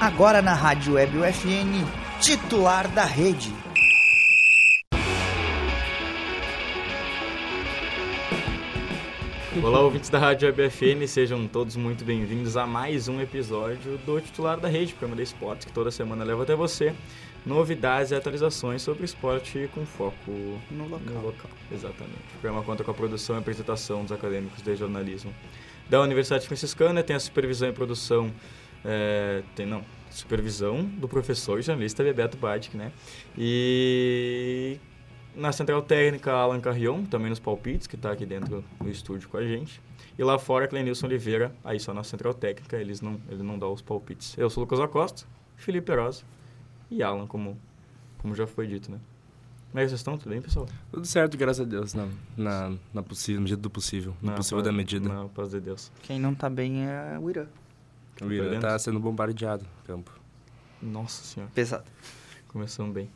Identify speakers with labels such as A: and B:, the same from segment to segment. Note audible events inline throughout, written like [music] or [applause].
A: agora na Rádio Web UFN, titular da rede.
B: Olá, ouvintes da Rádio EBFN, sejam todos muito bem-vindos a mais um episódio do Titular da Rede, programa de esportes que toda semana leva até você novidades e atualizações sobre esporte com foco
A: No local.
B: no local. Exatamente. O programa conta com a produção e apresentação dos acadêmicos de jornalismo da Universidade Franciscana, tem a supervisão e produção, eh, tem não, supervisão do professor e jornalista Bebeto Badic, né? E na Central Técnica, Alan Carrion, também nos palpites, que está aqui dentro do estúdio com a gente. E lá fora, Clenilson Oliveira, aí só na Central Técnica, eles não, ele não dá os palpites. Eu sou o Lucas Acosta, Felipe Perosa e Alan, como, como já foi dito, né? Como é que vocês estão? Tudo bem, pessoal?
C: Tudo certo, graças a Deus, na, na, na, possi- na medida do possível, no possível
B: paz-
C: da medida.
B: Na paz de Deus.
A: Quem não tá bem é o Irã.
C: O Irã
B: perdendo.
C: tá sendo bombardeado no campo.
B: Nossa senhora,
A: Pesado.
B: começamos bem.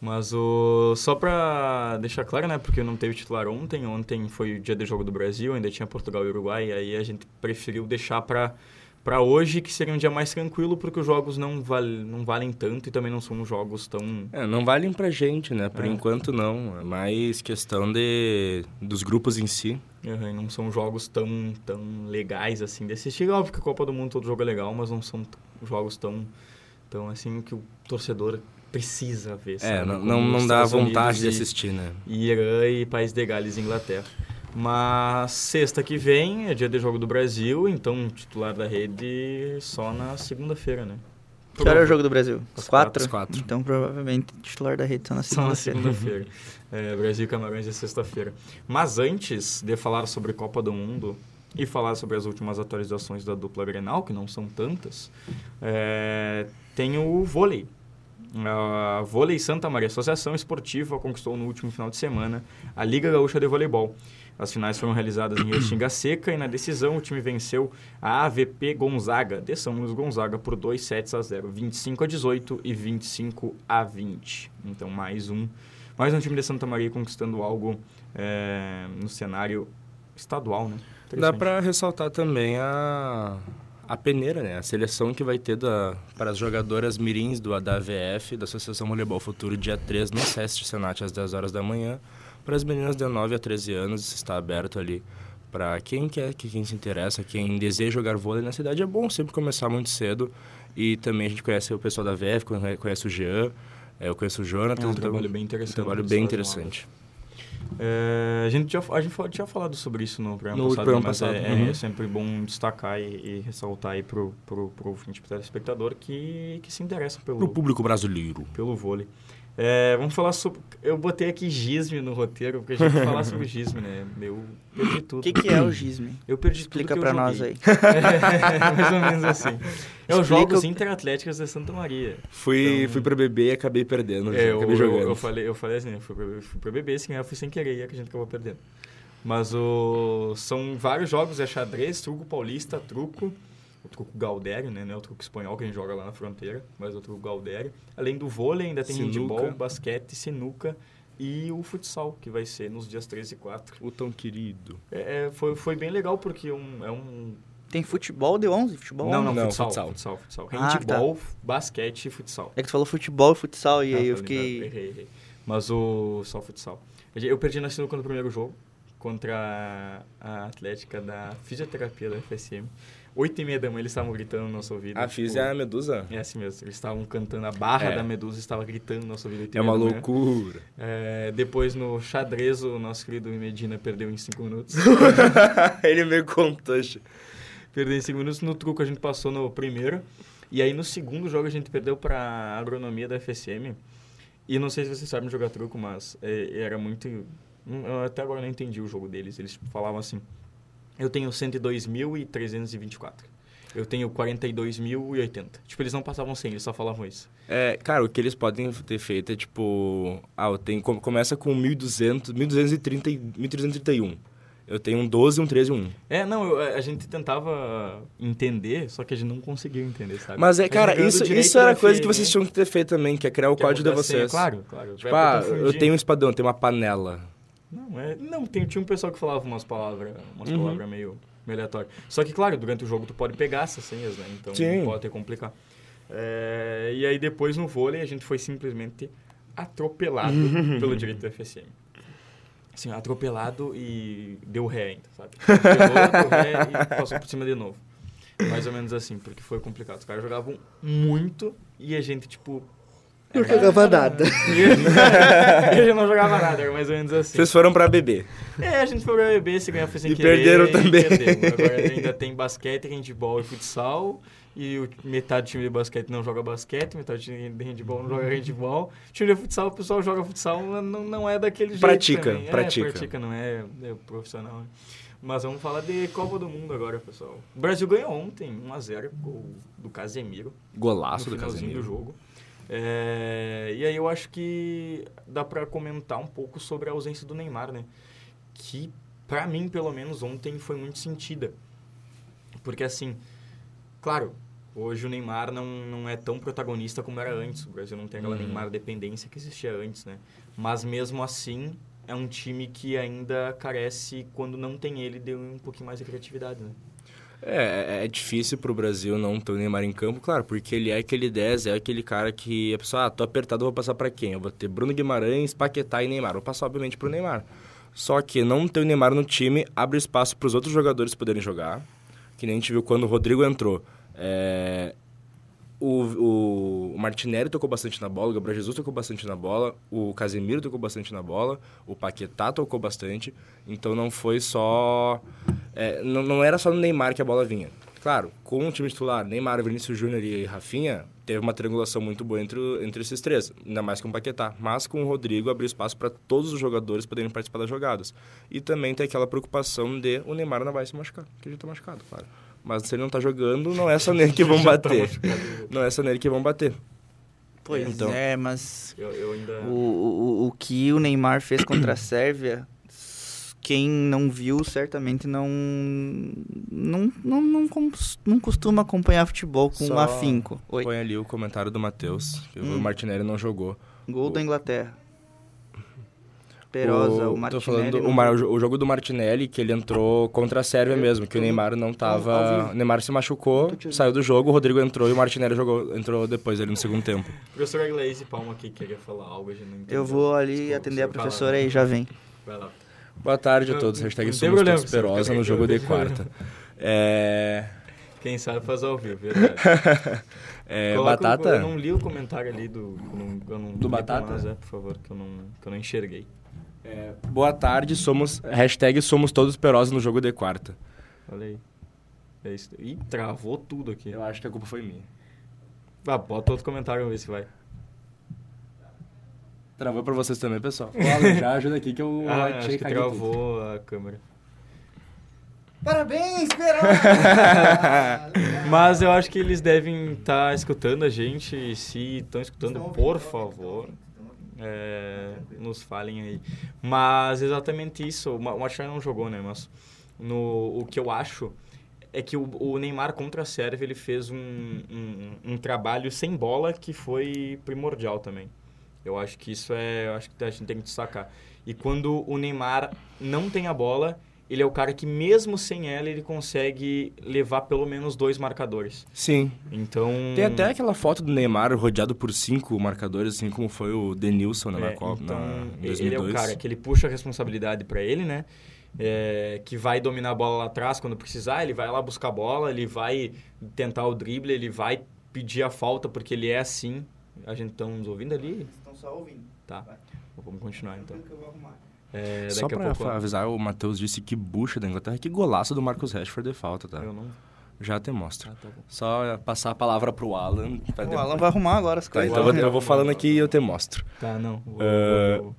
B: Mas o só pra deixar claro, né, porque não teve titular ontem, ontem foi o dia do jogo do Brasil, ainda tinha Portugal e Uruguai, aí a gente preferiu deixar pra para hoje, que seria um dia mais tranquilo, porque os jogos não, val, não valem tanto e também não são jogos tão
C: É, não valem pra gente, né? Por
B: É.
C: enquanto não. É mais questão de, dos grupos em si.
B: Aham, e não são jogos tão, tão legais assim de assistir. Óbvio que a Copa do Mundo todo jogo é legal, mas não são t- jogos tão, tão assim que o torcedor precisa ver.
C: É,
B: sabe?
C: não,
B: Como
C: não, não dá
B: Estados
C: vontade
B: Unidos
C: de
B: e-
C: assistir, né?
B: E Irã e País de Gales e Inglaterra. Mas sexta que vem é dia de jogo do Brasil, então titular da rede só na segunda-feira, né?
A: Que hora é o jogo do Brasil?
B: Às
A: Às quatro?
C: Os quatro.
A: Então, provavelmente, titular da rede só na
B: Só na
A: segunda-feira.
B: segunda-feira. É, Brasil e Camarões é sexta-feira. Mas antes de falar sobre Copa do Mundo e falar sobre as últimas atualizações da dupla Grenal, que não são tantas, é, tem o vôlei. A Vôlei Santa Maria Associação Esportiva conquistou no último final de semana a Liga Gaúcha de Voleibol. As finais foram realizadas em Restinga Seca e na decisão o time venceu a AVP Gonzaga, de São Luís Gonzaga, por 2 sets a 0, 25 a 18 e 25 a 20. Então, mais um, mais um time de Santa Maria conquistando algo é, no cenário estadual, né?
C: Dá
B: Interessante.
C: pra ressaltar também a, a peneira, né? A seleção que vai ter da, para as jogadoras mirins do ADAVF, da Associação Voleibol Futuro, dia 3, no SEST Senat, às 10 horas da manhã. Para as meninas de 9 a 13 anos, está aberto ali para quem quer, que quem se interessa, quem deseja jogar vôlei na cidade. É bom sempre começar muito cedo. E também a gente conhece o pessoal da VF, conhe- conhece o Jean, eh, eu conheço o Jonathan.
B: É um
C: então-
B: trabalho bem
C: um
B: interessante. né?
C: trabalho
B: que
C: bem
B: eles fazem lá.
C: interessante.
B: É, a gente já a gente fa- tinha falado sobre isso no programa
C: No
B: passado,
C: programa
B: mas
C: passado,
B: É, é
C: uhum.
B: sempre bom destacar e, e ressaltar aí pro, pro, pro ouvinte, pro telespectador que, que se interessa
C: Para o
B: pelo,
C: público brasileiro.
B: pelo vôlei. É, vamos falar sobre... Eu botei aqui gisme no roteiro, porque a gente ia falar sobre gisme, né? Eu perdi tudo.
A: O que, que é o Gisme?
B: Eu perdi
A: Explica
B: tudo
A: pra
B: que eu
A: nós
B: joguei.
A: aí. [laughs]
B: [laughs] É, mais ou menos assim. É os
A: Explica
B: Jogos
A: o-
B: Interatléticos de Santa Maria.
C: Fui,
B: Então-
C: fui pra beber e acabei perdendo.
B: É, eu,
C: acabei
B: eu,
C: jogando.
B: eu falei, eu falei assim, eu fui pra, eu fui pra beber, assim, aí eu fui sem querer e a gente acabou perdendo. Mas o, são vários jogos, é xadrez, truco paulista, truco, o truco gaudério, né? Não é o truco espanhol que a gente joga lá na fronteira, mas é o truco gaudério. Além do vôlei, ainda tem
C: Sinuca.
B: handball, basquete, sinuca e o futsal, que vai ser nos dias 13 e 4.
C: O tão querido.
B: É, é, foi, foi bem legal, porque um, é um...
A: Tem futebol de 11? Futebol?
B: não, não,
C: não,
B: futsal, futsal,
C: futsal.
B: futsal, futsal.
A: Ah, tá.
B: Handball, basquete e futsal.
A: É que tu falou futebol e futsal, e
B: Ah,
A: aí eu
B: tá ligado,
A: fiquei...
B: Errei, errei. Mas o. Só futsal. Eu perdi na sinuca no primeiro jogo contra a Atlética da Fisioterapia da FSM. Oito e meia da manhã eles estavam gritando no nosso ouvido.
C: A
B: tipo,
C: Fizz é a Medusa.
B: É assim mesmo. Eles estavam cantando a barra
C: É.
B: da Medusa, estava gritando no nosso ouvido. oito e
C: É uma
B: meia da manhã.
C: loucura.
B: É, depois no xadrez, o nosso querido Medina perdeu em cinco
C: [laughs]
B: minutos.
C: [laughs] Ele me contou. xa.
B: perdeu em cinco minutos. No truco a gente passou no primeiro. E aí no segundo jogo a gente perdeu para agronomia da FSM. E não sei se vocês sabem jogar truco, mas é, era muito. hum, Eu até agora não entendi o jogo deles. Eles falavam assim: eu tenho 102.324. Eu tenho 42.080. Tipo, eles não passavam 100, eles só falavam isso.
C: É, cara, o que eles podem ter feito é tipo. Ah, eu tenho. come- Começa com 1200, 1230, e- 1331. Eu tenho um 12, um 13 e um 1.
B: É, não, eu- a gente tentava entender, só que a gente não conseguiu entender, sabe?
C: Mas
B: A
C: é,
B: gente
C: cara,
B: ganhou do
C: isso,
B: direito é
C: isso era
B: da
C: coisa que
B: FSM,
C: vocês tinham que ter feito também, que é criar o
B: né? que é
C: código da
B: mudar a senha,
C: vocês.
B: Claro, claro.
C: Tipo,
B: Vai
C: ah,
B: pra
C: eu
B: confundir.
C: tenho um espadão, eu tenho uma panela.
B: Não, é, não tem, tinha um pessoal que falava umas palavras, umas
C: Uhum.
B: palavras meio, meio aleatórias. Só que, claro, durante o jogo tu pode pegar essas senhas, né? Então
C: Sim.
B: não pode ter complicar. É, e aí depois no vôlei a gente foi simplesmente atropelado
D: [laughs]
B: pelo direito do FSM. Assim, atropelado e deu ré ainda,
D: [laughs]
B: sabe? Atropelou, deu ré e passou por cima de novo. Mais ou menos assim, porque foi complicado. Os caras jogavam muito e a gente, tipo...
D: Não jogava
B: [laughs]
D: nada.
B: E a gente não jogava nada, era mais ou menos assim.
C: Vocês foram pra beber.
B: É, a gente foi pra beber, se ganhar foi sem
C: E
B: querer.
C: perderam
B: e
C: também.
B: perdemos. Agora ainda tem basquete, handball e futsal. E o- metade do time de basquete não joga basquete, metade do time de handball não joga handball. O time de futsal, o pessoal joga futsal, mas não, não é daquele jeito
C: Pratica,
B: também. É,
C: pratica.
B: pratica, não é, é profissional. né? Mas vamos falar de Copa do Mundo agora, pessoal. O Brasil ganhou ontem, 1x0, gol do Casemiro
C: Golaço
B: no
C: do
B: finalzinho do
C: Casemiro.
B: jogo. É, e aí eu acho que dá pra comentar um pouco sobre a ausência do Neymar, né? Que pra mim, pelo menos ontem foi muito sentida. Porque assim, claro, hoje o Neymar não, não é tão protagonista como era antes. O Brasil não tem
C: Uhum.
B: aquela Neymar dependência que existia antes, né? Mas mesmo assim, é um time que ainda carece quando não tem ele de um pouquinho mais de criatividade,
C: [laughs]
B: né?
C: É, é- é difícil pro Brasil não ter o Neymar em campo, claro, porque ele é aquele 10, é aquele cara que a pessoa, ah, tô apertado, eu vou passar pra quem? Eu vou ter Bruno Guimarães, Paquetá e Neymar. Vou passar, obviamente, pro Neymar. Só que não ter o Neymar no time abre espaço pros outros jogadores poderem jogar, que nem a gente viu quando o Rodrigo entrou. É, O, o, o Martinelli tocou bastante na bola, o Gabriel Jesus tocou bastante na bola, o Casemiro tocou bastante na bola, o Paquetá tocou bastante. Então não foi só. é, não, não era só no Neymar que a bola vinha. Claro, com o time titular, Neymar, Vinícius Júnior e Rafinha, teve uma triangulação muito boa entre, o- entre esses três, ainda mais com o Paquetá. Mas com o Rodrigo abriu espaço para todos os jogadores poderem participar das jogadas. E também tem aquela preocupação de o Neymar não vai se machucar, porque ele está machucado, claro. Mas se ele não tá jogando, não é só nele que vão bater. Não é só nele que vão bater.
D: Pois
C: Então.
D: é, mas
B: Eu, eu ainda...
D: o, o, o que o Neymar fez
C: [coughs]
D: contra a Sérvia, quem não viu certamente não não, não, não, cons- não costuma acompanhar futebol com
C: Só
D: afinco. Oi.
C: Põe ali o comentário do Matheus, que
D: Hum.
C: o Martinelli não jogou.
D: Gol da Inglaterra. Perosa, o,
C: Tô
D: Martinelli.
C: falando
D: não-
C: o, Mar- o jogo do Martinelli, que ele entrou contra a Sérvia mesmo, que o Neymar não
D: ao
C: tava...
D: vivo.
C: O Neymar se machucou, saiu do jogo, o Rodrigo entrou e o Martinelli jogou, entrou depois ali no segundo tempo.
B: Professor Aglaise Palma aqui queria falar algo, a gente não entendeu.
D: Eu vou ali
B: Desculpa,
D: atender a
B: senhor, vai lá.
D: professora aí, já vem.
B: Vai lá.
C: Boa tarde a todos,
B: Não,
C: hashtag
B: não tem
C: somos
B: problema,
C: todos Perosa no
D: [laughs]
C: jogo de quarta. É...
B: Quem sabe faz ao vivo,
C: [laughs]
B: verdade.
C: é,
D: um
B: Coloca o- eu
C: batata...
B: não li o comentário ali do... eu não- eu não-
C: Do Batata?
B: Mas é, por favor, que eu não, que eu não enxerguei.
C: é, boa tarde, somos... Hashtag somos todos Perosa no jogo de quarta.
B: Falei. É isso. Ih, travou tudo aqui.
C: Eu acho que a culpa foi minha.
B: Ah, bota outro comentário, vamos ver se vai.
C: Travou pra vocês também, pessoal. Ô, Alan, já ajuda aqui que eu
B: ah,
C: achei
B: acho que
C: caguei tudo.
B: travou a câmera.
A: Parabéns, Perosa!
B: Mas eu acho que eles devem estar escutando a gente. e Se estão escutando, por favor, é, nos falem aí. Mas exatamente isso. O Ma- o Martinelli não jogou, né? Mas no, o que eu acho é que o, o Neymar contra a Sérvia ele fez um, um, um trabalho sem bola que foi primordial também. Eu acho que isso é, eu acho que a gente tem que destacar. E quando o Neymar não tem a bola, ele é o cara que mesmo sem ela ele consegue levar pelo menos dois marcadores.
C: Sim.
B: Então
C: Tem até aquela foto do Neymar rodeado por cinco marcadores, assim como foi o Denilson né,
B: É,
C: na Copa
B: então,
C: na, em
B: ele é
C: 2002.
B: o cara que ele puxa a responsabilidade pra ele, né? É, que vai dominar a bola lá atrás quando precisar, ele vai lá buscar a bola, ele vai tentar o drible, ele vai pedir a falta porque ele é assim. A gente tá nos ouvindo ali?
A: Estão só ouvindo.
B: Tá. Vamos continuar então.
A: que eu vou arrumar.
B: É, daqui
C: Só
B: a
C: pra
B: pouco.
C: avisar, o Matheus disse que bucha da Inglaterra, que golaço do Marcos Rashford de falta, tá?
B: Eu não.
C: Já te mostro.
B: Ah, tá bom.
C: Só passar a palavra pro Alan. pra
D: O
C: Tá, depois-
D: Alan vai arrumar agora as
C: Tá,
D: coisas.
C: então eu vou- eu vou falando aqui e eu te mostro.
B: Tá, não. Vou,
C: É,
B: vou-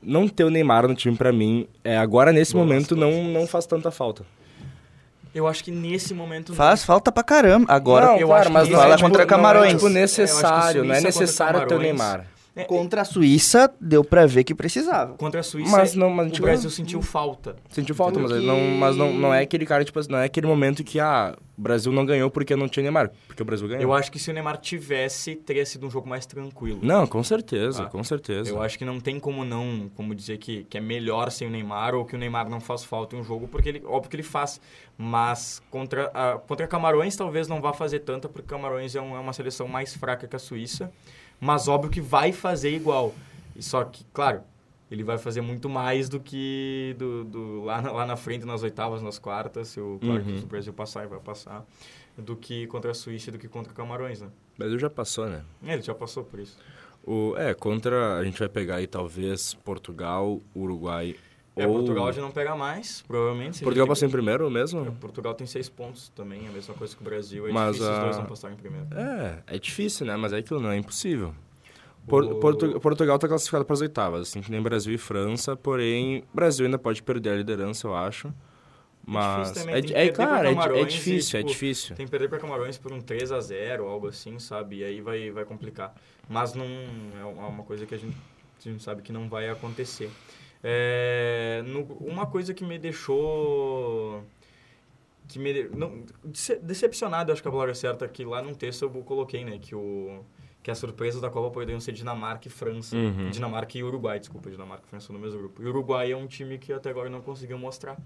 C: Não ter o Neymar no time pra mim, é, agora nesse
B: Golaço,
C: momento, não,
B: golaço.
C: não faz tanta falta.
B: Eu acho que nesse momento. não.
D: Faz falta pra caramba. Agora
C: não,
B: eu
C: claro,
B: acho
C: mas
B: que
C: não
B: isso
D: fala
C: é, tipo,
D: contra
C: não é,
D: Camarões.
C: tipo,
B: É, eu acho
C: necessário,
B: que
C: não é
B: Suíça contra
C: necessário ter o
B: Camarões.
C: Neymar.
B: É,
D: Contra a Suíça, deu pra ver que precisava.
B: Contra a Suíça,
C: Mas não, mas
B: o
C: tipo,
B: Brasil sentiu falta.
C: Sentiu falta, mas,
D: Entendeu?
C: Tipo, não, mas não,
D: Que-
C: não é aquele cara, tipo assim, não é aquele momento que, ah, O Brasil não ganhou porque não tinha Neymar, porque o Brasil ganhou.
B: Eu acho que se o Neymar tivesse, teria sido um jogo mais tranquilo.
C: Não, com certeza,
B: Ah,
C: com certeza.
B: Eu acho que não tem como não, como dizer que, que é melhor sem o Neymar ou que o Neymar não faz falta em um jogo, porque ele, óbvio que ele faz. Mas contra, a- contra Camarões talvez não vá fazer tanta, porque Camarões é, um- é uma seleção mais fraca que a Suíça. Mas óbvio que vai fazer igual. E só que, claro, ele vai fazer muito mais do que do, do- lá, na, lá na frente, nas oitavas, nas quartas, se o, claro que
C: Uhum.
B: se o Brasil passar e vai passar, do que contra a Suíça e do que contra Camarões, né?
C: O Brasil já passou, né?
B: Ele já passou por isso.
C: O, é, contra. A gente vai pegar aí talvez Portugal, Uruguai.
B: É,
C: ou...
B: Portugal já não pega mais, provavelmente. se
C: Portugal
B: ele-
C: passou em primeiro mesmo?
B: É, Portugal tem seis pontos também, é a mesma coisa que o Brasil. É
C: Mas
B: difícil os
C: a-
B: dois não passarem primeiro.
C: É, é difícil, né? Mas é aquilo, não é impossível. Por-
B: O-
C: Portu- Portugal tá classificado para as oitavas, assim que nem Brasil e França, porém, Brasil ainda pode perder a liderança, eu acho. Mas.
B: É também,
C: É,
B: tem que
C: di- é,
B: perder pra
C: claro, é, di- é
B: Camarões e,
C: difícil,
B: tipo,
C: é difícil.
B: Tem que perder para Camarões por um 3 a 0 algo assim, sabe? E aí vai, vai complicar. Mas não é um- é uma coisa que a gente, a gente sabe que não vai acontecer. É, no- uma coisa que me deixou... Que me, de- não, dece- decepcionado, acho que a palavra é certa, que lá num texto eu coloquei, né? Que, o, que as surpresas da Copa poderiam ser Dinamarca e França.
C: Uhum.
B: Dinamarca e Uruguai, desculpa, Dinamarca e França no mesmo grupo. E o Uruguai é um time que até agora não conseguiu mostrar.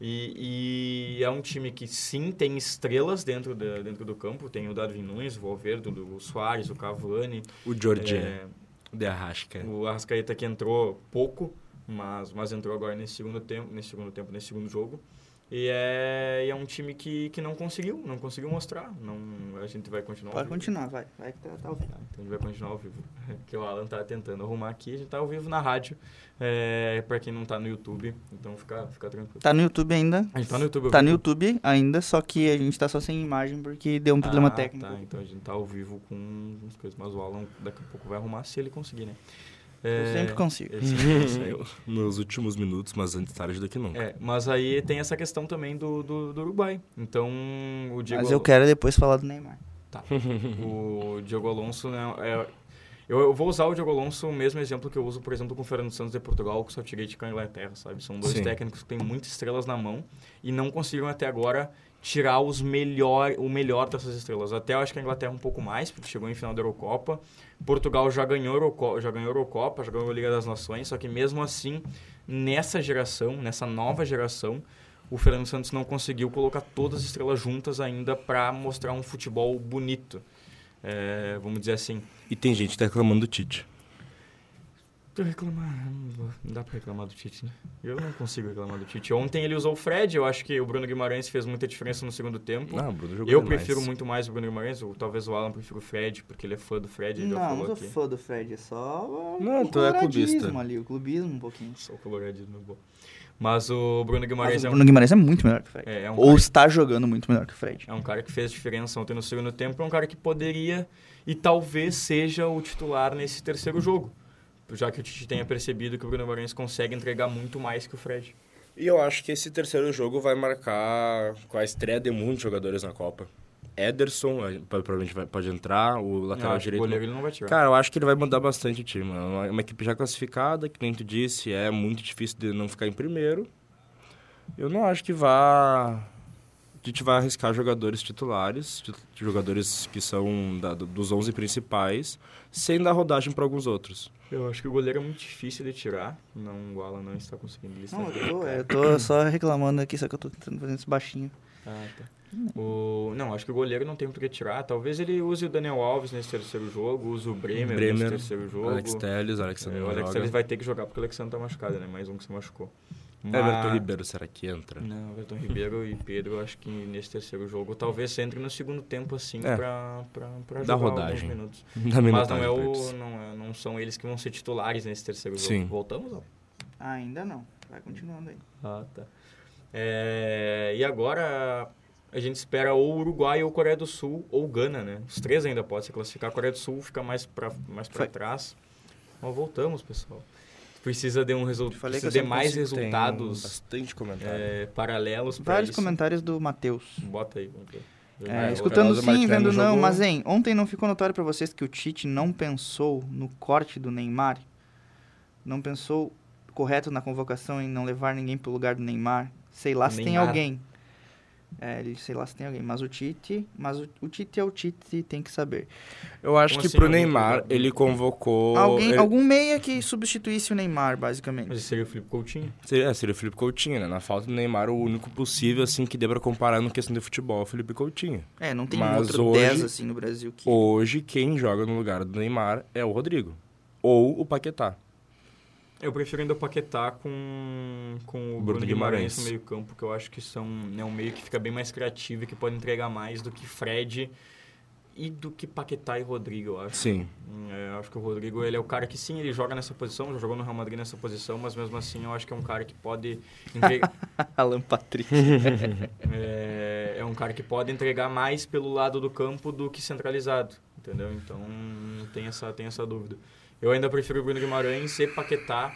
B: E, e é um time que sim tem estrelas dentro, da- dentro do campo. Tem o Darwin Nunes, o Valverde, o Soares, o Cavani,
C: O Jordi
B: é,
C: de Arrasca.
B: o Arrascaeta que entrou pouco, mas, mas entrou agora nesse segundo tempo, nesse segundo tempo, nesse segundo jogo. E é, e é um time que, que não conseguiu, não conseguiu mostrar. Não, a gente vai continuar.
D: Pode
B: ao vivo.
D: continuar, vai. Vai que tá, tá ouvindo.
B: Tá, Então a gente vai continuar ao vivo, que o Alan tá tentando arrumar aqui. A gente tá ao vivo na rádio, é, pra quem não tá no YouTube, então fica, fica tranquilo.
D: Tá no YouTube ainda?
B: A gente tá no YouTube.
D: Tá no YouTube ainda, só que a gente tá só sem imagem porque deu um problema
B: Ah,
D: técnico.
B: Tá, então a gente tá ao vivo com umas coisas, mas o Alan daqui a pouco vai arrumar se ele conseguir, né? É,
D: Eu sempre consigo.
B: ele sempre consegue.
C: Nos últimos minutos, mas antes tarde do que nunca.
B: É, mas aí tem essa questão também do, do, do Uruguai. Então, o Diego
D: Mas eu
B: Alonso-
D: quero depois falar do Neymar.
B: o Diogo Alonso, né? é- eu, eu vou usar o Diogo Alonso o mesmo exemplo que eu uso, por exemplo, com o Fernando Santos de Portugal, que só tirei de Cã Inglaterra, sabe? São dois
C: Sim.
B: técnicos que têm muitas estrelas na mão e não conseguiram até agora tirar os melhor, o melhor dessas estrelas. Até eu acho que a Inglaterra um pouco mais, porque chegou em final da Eurocopa. Portugal já ganhou Eurocopa, já ganhou Eurocopa, já ganhou a Liga das Nações, só que mesmo assim, nessa geração, nessa nova geração, o Fernando Santos não conseguiu colocar todas as estrelas juntas ainda para mostrar um futebol bonito. É, vamos dizer assim.
C: E tem gente que tá reclamando do Tite.
B: Tô reclamar, não vou- não dá pra reclamar do Tite, né? Eu não consigo reclamar do Tite. Ontem ele usou o Fred, eu acho que o Bruno Guimarães fez muita diferença no segundo tempo.
C: Ah, o Bruno jogou
B: eu
C: demais.
B: prefiro muito mais o Bruno Guimarães, ou talvez o Alan prefira o Fred, porque ele é fã do Fred, ele já
D: Não, não
B: falou
D: sou
B: aqui.
D: fã do Fred, é só. o
C: Não, tu é
D: coloradismo
C: clubista.
D: ali, o clubismo um pouquinho.
B: Sou coloradismo, é bom. Mas o Bruno Guimarães
D: Mas o
B: é um-
D: Bruno Guimarães é muito melhor que o Fred.
B: é, é um
D: Ou está jogando muito melhor que o Fred.
B: É um cara que fez diferença ontem no segundo tempo, é um cara que poderia e talvez seja o titular nesse terceiro jogo. Já que o Tite tenha percebido que o Bruno Guimarães consegue entregar muito mais que o Fred.
C: E eu acho que esse terceiro jogo vai marcar com a estreia de muitos jogadores na Copa. Ederson eh, provavelmente vai- pode entrar, o lateral
B: Não, acho que o
C: direito.
B: Ah, goleiro ele não vai tirar.
C: Cara, eu acho que ele vai mudar bastante o time. É uma, é uma equipe já classificada, que nem tu disse, é muito difícil de não ficar em primeiro. Eu não acho que vá. A gente vai arriscar jogadores titulares, ti- jogadores que são da- do- dos 11 principais, sem dar rodagem para alguns outros.
B: Eu acho que o goleiro é muito difícil de tirar. Não, o Alan não está conseguindo listar.
D: Não, eu tô, é, eu tô só reclamando aqui, só que eu tô tentando fazer isso baixinho.
B: Ah, tá. O... Não, acho que o goleiro não tem por que tirar. Talvez ele use o Daniel Alves nesse terceiro jogo, use o Bremer, nesse
C: Bremer,
B: terceiro jogo.
C: Alex Telles, Alexandre
B: É, o Alex
C: Noga.
B: Telles vai ter que jogar porque o Alexandre tá machucado, né? Mais um que se machucou.
C: É, Ah, Everton
B: Mas-
C: Ribeiro, será que entra?
B: Não, Everton Ribeiro e Pedro, eu acho que nesse terceiro jogo talvez entre no segundo tempo, assim,
C: É.
B: pra, pra, pra
C: Dá
B: jogar
C: rodagem.
B: alguns minutos.
C: [laughs] Na
B: Mas não,
C: minutagem
B: é
C: pra
B: o,
C: eles.
B: não, é- não são eles que vão ser titulares nesse terceiro jogo.
C: Sim.
B: Voltamos? Ó.
D: ainda não. Vai continuando aí.
B: Ah, tá. É, e agora a gente espera ou Uruguai ou Coreia do Sul ou Gana, né? Os três ainda podem se classificar. A Coreia do Sul fica mais pra, mais pra
D: Foi.
B: trás. Mas voltamos, pessoal. Precisa de um
D: Eu
B: resultado.
D: falei que eu
B: Precisa
D: sempre
B: de mais
D: consigo.
C: Tem
B: resultados
C: Bastante comentário.
B: é, paralelos pra
D: Vários
B: isso.
D: comentários do Matheus.
B: Bota aí, vamos ver.
D: É,
B: Vai,
D: escutando
C: Carlos
D: sim,
C: Martino
D: vendo não,
C: jogou-
D: mas hein, ontem não ficou notório pra vocês que o Tite não pensou no corte do Neymar? Não pensou correto na convocação em não levar ninguém pro lugar do Neymar? Sei lá se tem
B: Neymar.
D: alguém. É, ele, sei lá se tem alguém, mas o Tite, mas o, o Tite é o Tite, tem que saber.
C: Eu acho
B: Como
C: que
B: assim,
C: pro
B: alguém
C: Neymar
B: que-
C: ele convocou.
D: Alguém,
C: ele-
D: Algum meia que substituísse o Neymar, basicamente.
B: Mas seria o Felipe Coutinho?
C: Seria, seria o Felipe Coutinho, né? Na falta do Neymar, o único possível, assim, que dê pra comparar no questão de futebol é o Felipe Coutinho.
D: É, não tem
C: Mas
D: outro
C: hoje-
D: 10 assim no Brasil que.
C: Hoje, quem joga no lugar do Neymar é o Rodrigo. Ou o Paquetá.
B: Eu prefiro ainda o Paquetá com, com o
C: Bruno
B: Bruno Guimarães
C: Guimarães.
B: no meio campo, que eu acho que são, é um meio que fica bem mais criativo e que pode entregar mais do que Fred e do que Paquetá e Rodrigo, eu acho.
C: Sim.
B: Hum, é, eu acho que o Rodrigo ele é o cara que sim, ele joga nessa posição, já jogou no Real Madrid nessa posição, mas mesmo assim eu acho que é um cara que pode entregar,
D: [laughs] Alan Patrick.
B: é, é um cara que pode entregar mais pelo lado do campo do que centralizado, entendeu? Então tem essa tem essa dúvida. Eu ainda prefiro o Bruno Guimarães e Paquetá,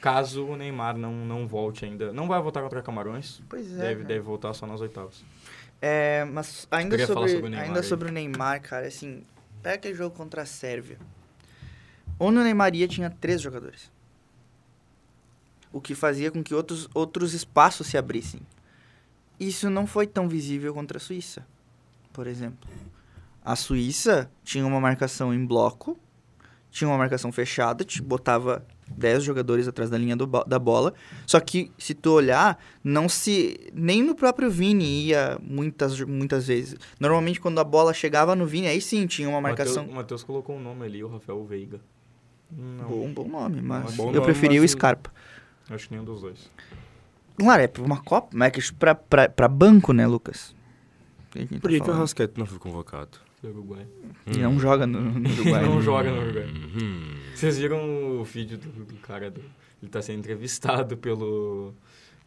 B: caso o Neymar não não volte ainda. Não vai voltar contra Camarões.
D: Pois é.
B: Deve,
D: cara.
B: deve voltar só nas oitavas.
D: É, mas ainda
B: Queria falar
D: sobre,
B: sobre o Neymar
D: ainda
B: aí.
D: sobre o Neymar, cara, assim, pega aquele jogo contra a Sérvia. Onde o Neymar ia, tinha três jogadores. O que fazia com que outros, outros espaços se abrissem. Isso não foi tão visível contra a Suíça, por exemplo. A Suíça tinha uma marcação em bloco, tinha uma marcação fechada, te botava 10 jogadores atrás da linha do bo- da bola. Só que, se tu olhar, não se. Nem no próprio Vini ia muitas, muitas vezes. Normalmente, quando a bola chegava no Vini, aí sim tinha uma marcação. Um
B: O Matheus colocou um nome ali, o Rafael Veiga. Não,
D: Bom, bom nome, mas
C: Bom
D: eu
C: nome,
D: preferia
C: mas-
D: o Scarpa.
B: acho que nenhum dos dois.
D: Claro, é pra uma Copa, mas é que pra, pra, pra banco, né, Lucas? Quem
C: Por que, que o
D: tá falando?
C: Rasquete não foi convocado?
B: Do Uruguai.
D: Ele não joga no, no Uruguai.
B: Não joga no Uruguai. Vocês viram o vídeo do, do cara do- Ele tá sendo entrevistado pelo.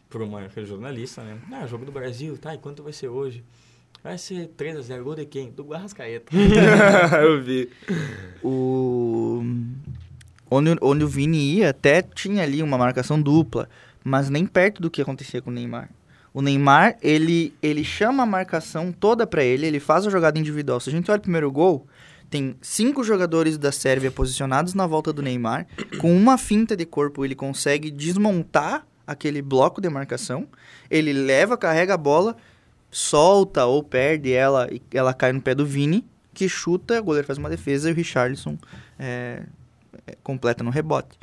B: por uma jornalista, né? Ah, jogo do Brasil, tá? E quanto vai ser hoje? Vai ser 3x0. Gol de quem?
D: [laughs]
B: Do Guarrascaeta.
C: [laughs] eu vi.
D: o onde, o- onde o Vini ia até tinha ali uma marcação dupla, mas nem perto do que acontecia com o Neymar. O Neymar, ele, ele chama a marcação toda pra ele, ele faz a jogada individual. Se a gente olha o primeiro gol, tem cinco jogadores da Sérvia posicionados na volta do Neymar. Com uma finta de corpo, ele consegue desmontar aquele bloco de marcação. Ele leva, carrega a bola, solta ou perde ela e ela cai no pé do Vini, que chuta, o goleiro faz uma defesa e o Richarlison é, é, completa no rebote.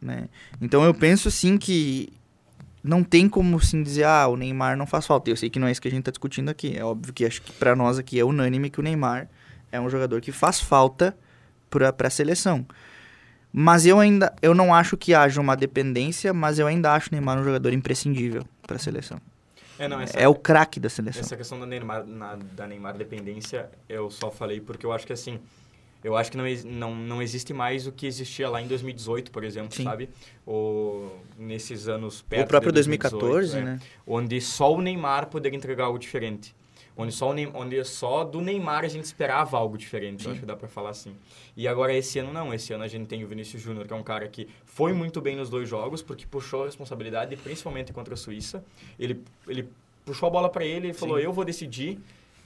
D: Né? Então eu penso assim que não tem como assim dizer, ah, o Neymar não faz falta. Eu sei que não é isso que a gente está discutindo aqui. É óbvio que acho que para nós aqui é unânime que o Neymar é um jogador que faz falta para a seleção. Mas eu ainda eu não acho que haja uma dependência, mas eu ainda acho o Neymar um jogador imprescindível para a seleção.
B: É, não, essa,
D: É o craque da seleção.
B: essa questão da Neymar, na- da Neymar dependência, eu só falei porque eu acho que assim. Eu acho que não, ex- não, não existe mais o que existia lá em 2018, por exemplo,
D: Sim.
B: sabe? Ou nesses anos perto
D: O próprio
B: é de 2018,
D: 2014,
B: é.
D: né?
B: onde só o Neymar poderia entregar algo diferente. Onde só, o Ney- onde só do Neymar a gente esperava algo diferente, eu acho que dá pra falar assim. E agora esse ano não, esse ano a gente tem o Vinícius Júnior, que é um cara que foi muito bem nos dois jogos, porque puxou a responsabilidade, principalmente contra a Suíça. Ele, ele puxou a bola pra ele, ele falou, eu vou decidir,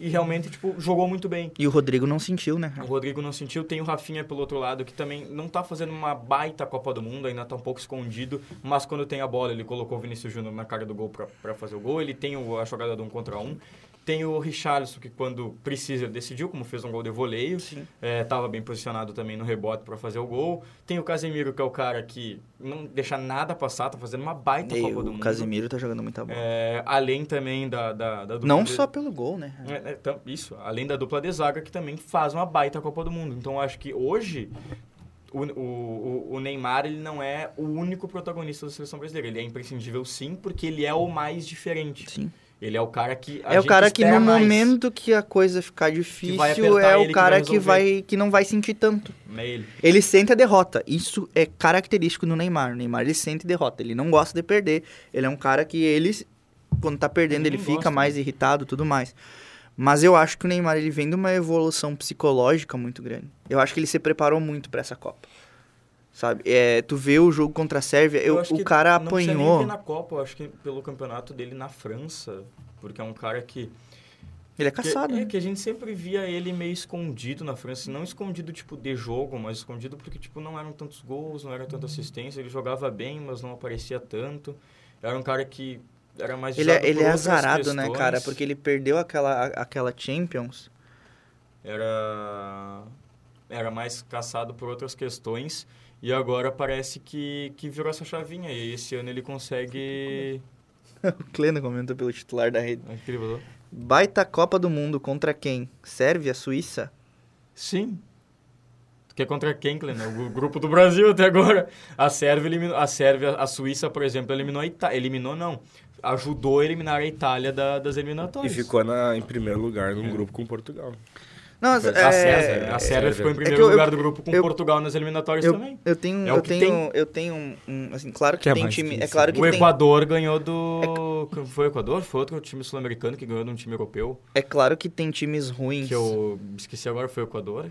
B: e realmente, tipo, jogou muito bem.
D: E o Rodrigo não sentiu, né?
B: O Rodrigo não sentiu, tem o Rafinha pelo outro lado, que também não tá fazendo uma baita Copa do Mundo, ainda tá um pouco escondido, mas quando tem a bola, ele colocou o Vinícius Júnior na cara do gol pra- pra fazer o gol, ele tem o- a jogada do um contra um, tem o Richarlison, que quando precisa decidiu, como fez um gol de voleio, é, tava bem posicionado também no rebote pra fazer o gol, tem o Casemiro, que é o cara que não deixa nada passar, tá fazendo uma baita
D: E
B: Copa do
D: o
B: Mundo.
D: Casemiro tá jogando muita bola.
B: É, além também da... da, da dupla
D: não
B: de-
D: só pelo gol, né?
B: é, é, tam- isso, além da dupla de zaga que também faz uma baita Copa do Mundo. Então eu acho que hoje o, o- o- o Neymar ele não é o único protagonista da seleção brasileira. Ele é imprescindível sim, porque ele é o mais diferente.
D: Sim.
B: Ele é o cara que. a
D: É o
B: gente
D: cara que
B: espera
D: no
B: mais,
D: momento que a coisa ficar
B: vai
D: difícil,
B: apertar
D: é
B: ele
D: o
B: que
D: cara
B: vai
D: que vai que não vai sentir tanto.
B: né, ele.
D: Ele sente a derrota. Isso é característico do Neymar. O Neymar ele sente derrota, ele não gosta de perder. Ele é um cara que ele quando tá perdendo,
B: Ele
D: ele
B: não
D: fica
B: gosta,
D: mais irritado, tudo mais. Mas eu acho que o Neymar ele vem de uma evolução psicológica muito grande. Eu acho que ele se preparou muito pra essa Copa. Sabe? É, tu vê o jogo contra a Sérvia, eu-
B: acho
D: o
B: que
D: cara
B: não precisa nem
D: apanhou.
B: ver na Copa, eu acho que pelo campeonato dele na França, porque é um cara que
D: Ele é
B: Que-
D: caçado.
B: é
D: né?
B: que a gente sempre via ele meio escondido na França, não escondido tipo de jogo, mas escondido porque tipo não eram tantos gols, não era tanta assistência, ele jogava bem, mas não aparecia tanto. Era um cara que era mais
D: Ele, é-
B: usado
D: ele
B: por
D: é
B: outras
D: azarado, né,
B: questões.
D: cara? Porque ele perdeu aquela, a- aquela Champions.
B: Era era mais caçado por outras questões e agora parece que, que virou essa chavinha e esse ano ele consegue
D: o Kleno comentou pelo titular da rede.
B: Ah, que ele falou?
D: Baita Copa do Mundo contra quem? Sérvia, Suíça?
B: Sim. Que é contra quem, Kleiner? O grupo do Brasil até agora. A Sérvia, eliminou, a, Sérvia a Suíça, por exemplo, eliminou a Itália. Eliminou, não. Ajudou a eliminar a Itália da- das
C: E
B: eliminatórias.
C: ficou na- em primeiro lugar num grupo com Portugal.
D: Não,
B: A,
D: é-
B: Sérvia,
C: é,
B: a Sérvia
C: é,
B: ficou em
C: é
B: primeiro
D: que eu-
B: lugar do grupo com
D: eu-
B: Portugal nas eliminatórias
D: eu,
B: também.
D: eu tenho,
B: É o
D: eu
B: que
D: tenho,
B: tem.
D: eu tenho um, um- assim, claro que,
C: Que é
D: tem
C: mais
D: time, é
C: difícil.
D: claro que
B: O
D: tem,
B: Equador ganhou do. Foi o Equador? Foi outro time sul-americano que ganhou de um time europeu.
D: é claro que tem times ruins.
B: Que eu esqueci agora, foi o Equador?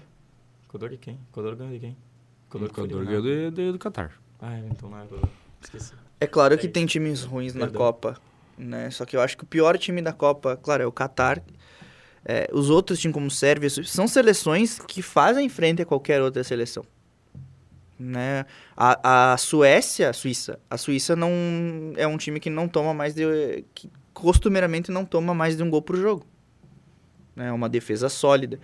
B: Equador de quem? Equador ganhou de quem?
C: O
B: foi
C: Equador ganhou
B: eliminado.
C: do, do, do Qatar.
B: Ah, é, então não é Equador. Esqueci.
D: É claro
B: É
D: que
B: isso.
D: tem times ruins na
B: Perdão.
D: Copa, né? Só que eu acho que o pior time da Copa, claro, é o Catar. É, os outros times como Sérvia Su- são seleções que fazem frente a qualquer outra seleção, né? A, a Suécia, a Suíça, a Suíça não é um time que não toma mais de que costumeiramente não toma mais de um gol por jogo. né? É uma defesa sólida.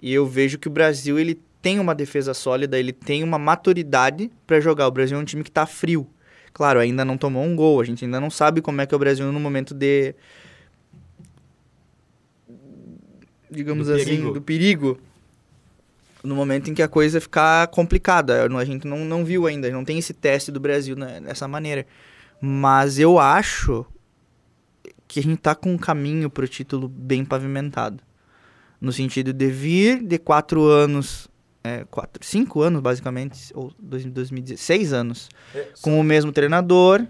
D: E eu vejo que o Brasil ele tem uma defesa sólida, ele tem uma maturidade para jogar. O Brasil é um time que tá frio. Claro, ainda não tomou um gol, a gente ainda não sabe como é que é o Brasil no momento de. Digamos
B: Do
D: assim,
B: perigo.
D: do perigo. No momento em que a coisa ficar complicada. A gente não, não viu ainda, não tem esse teste do Brasil né, dessa maneira. Mas eu acho que a gente tá com um caminho pro título bem pavimentado. No sentido de vir de quatro anos. É, quatro, cinco anos, basicamente, ou dois- 2016 anos
B: É,
D: com o mesmo treinador,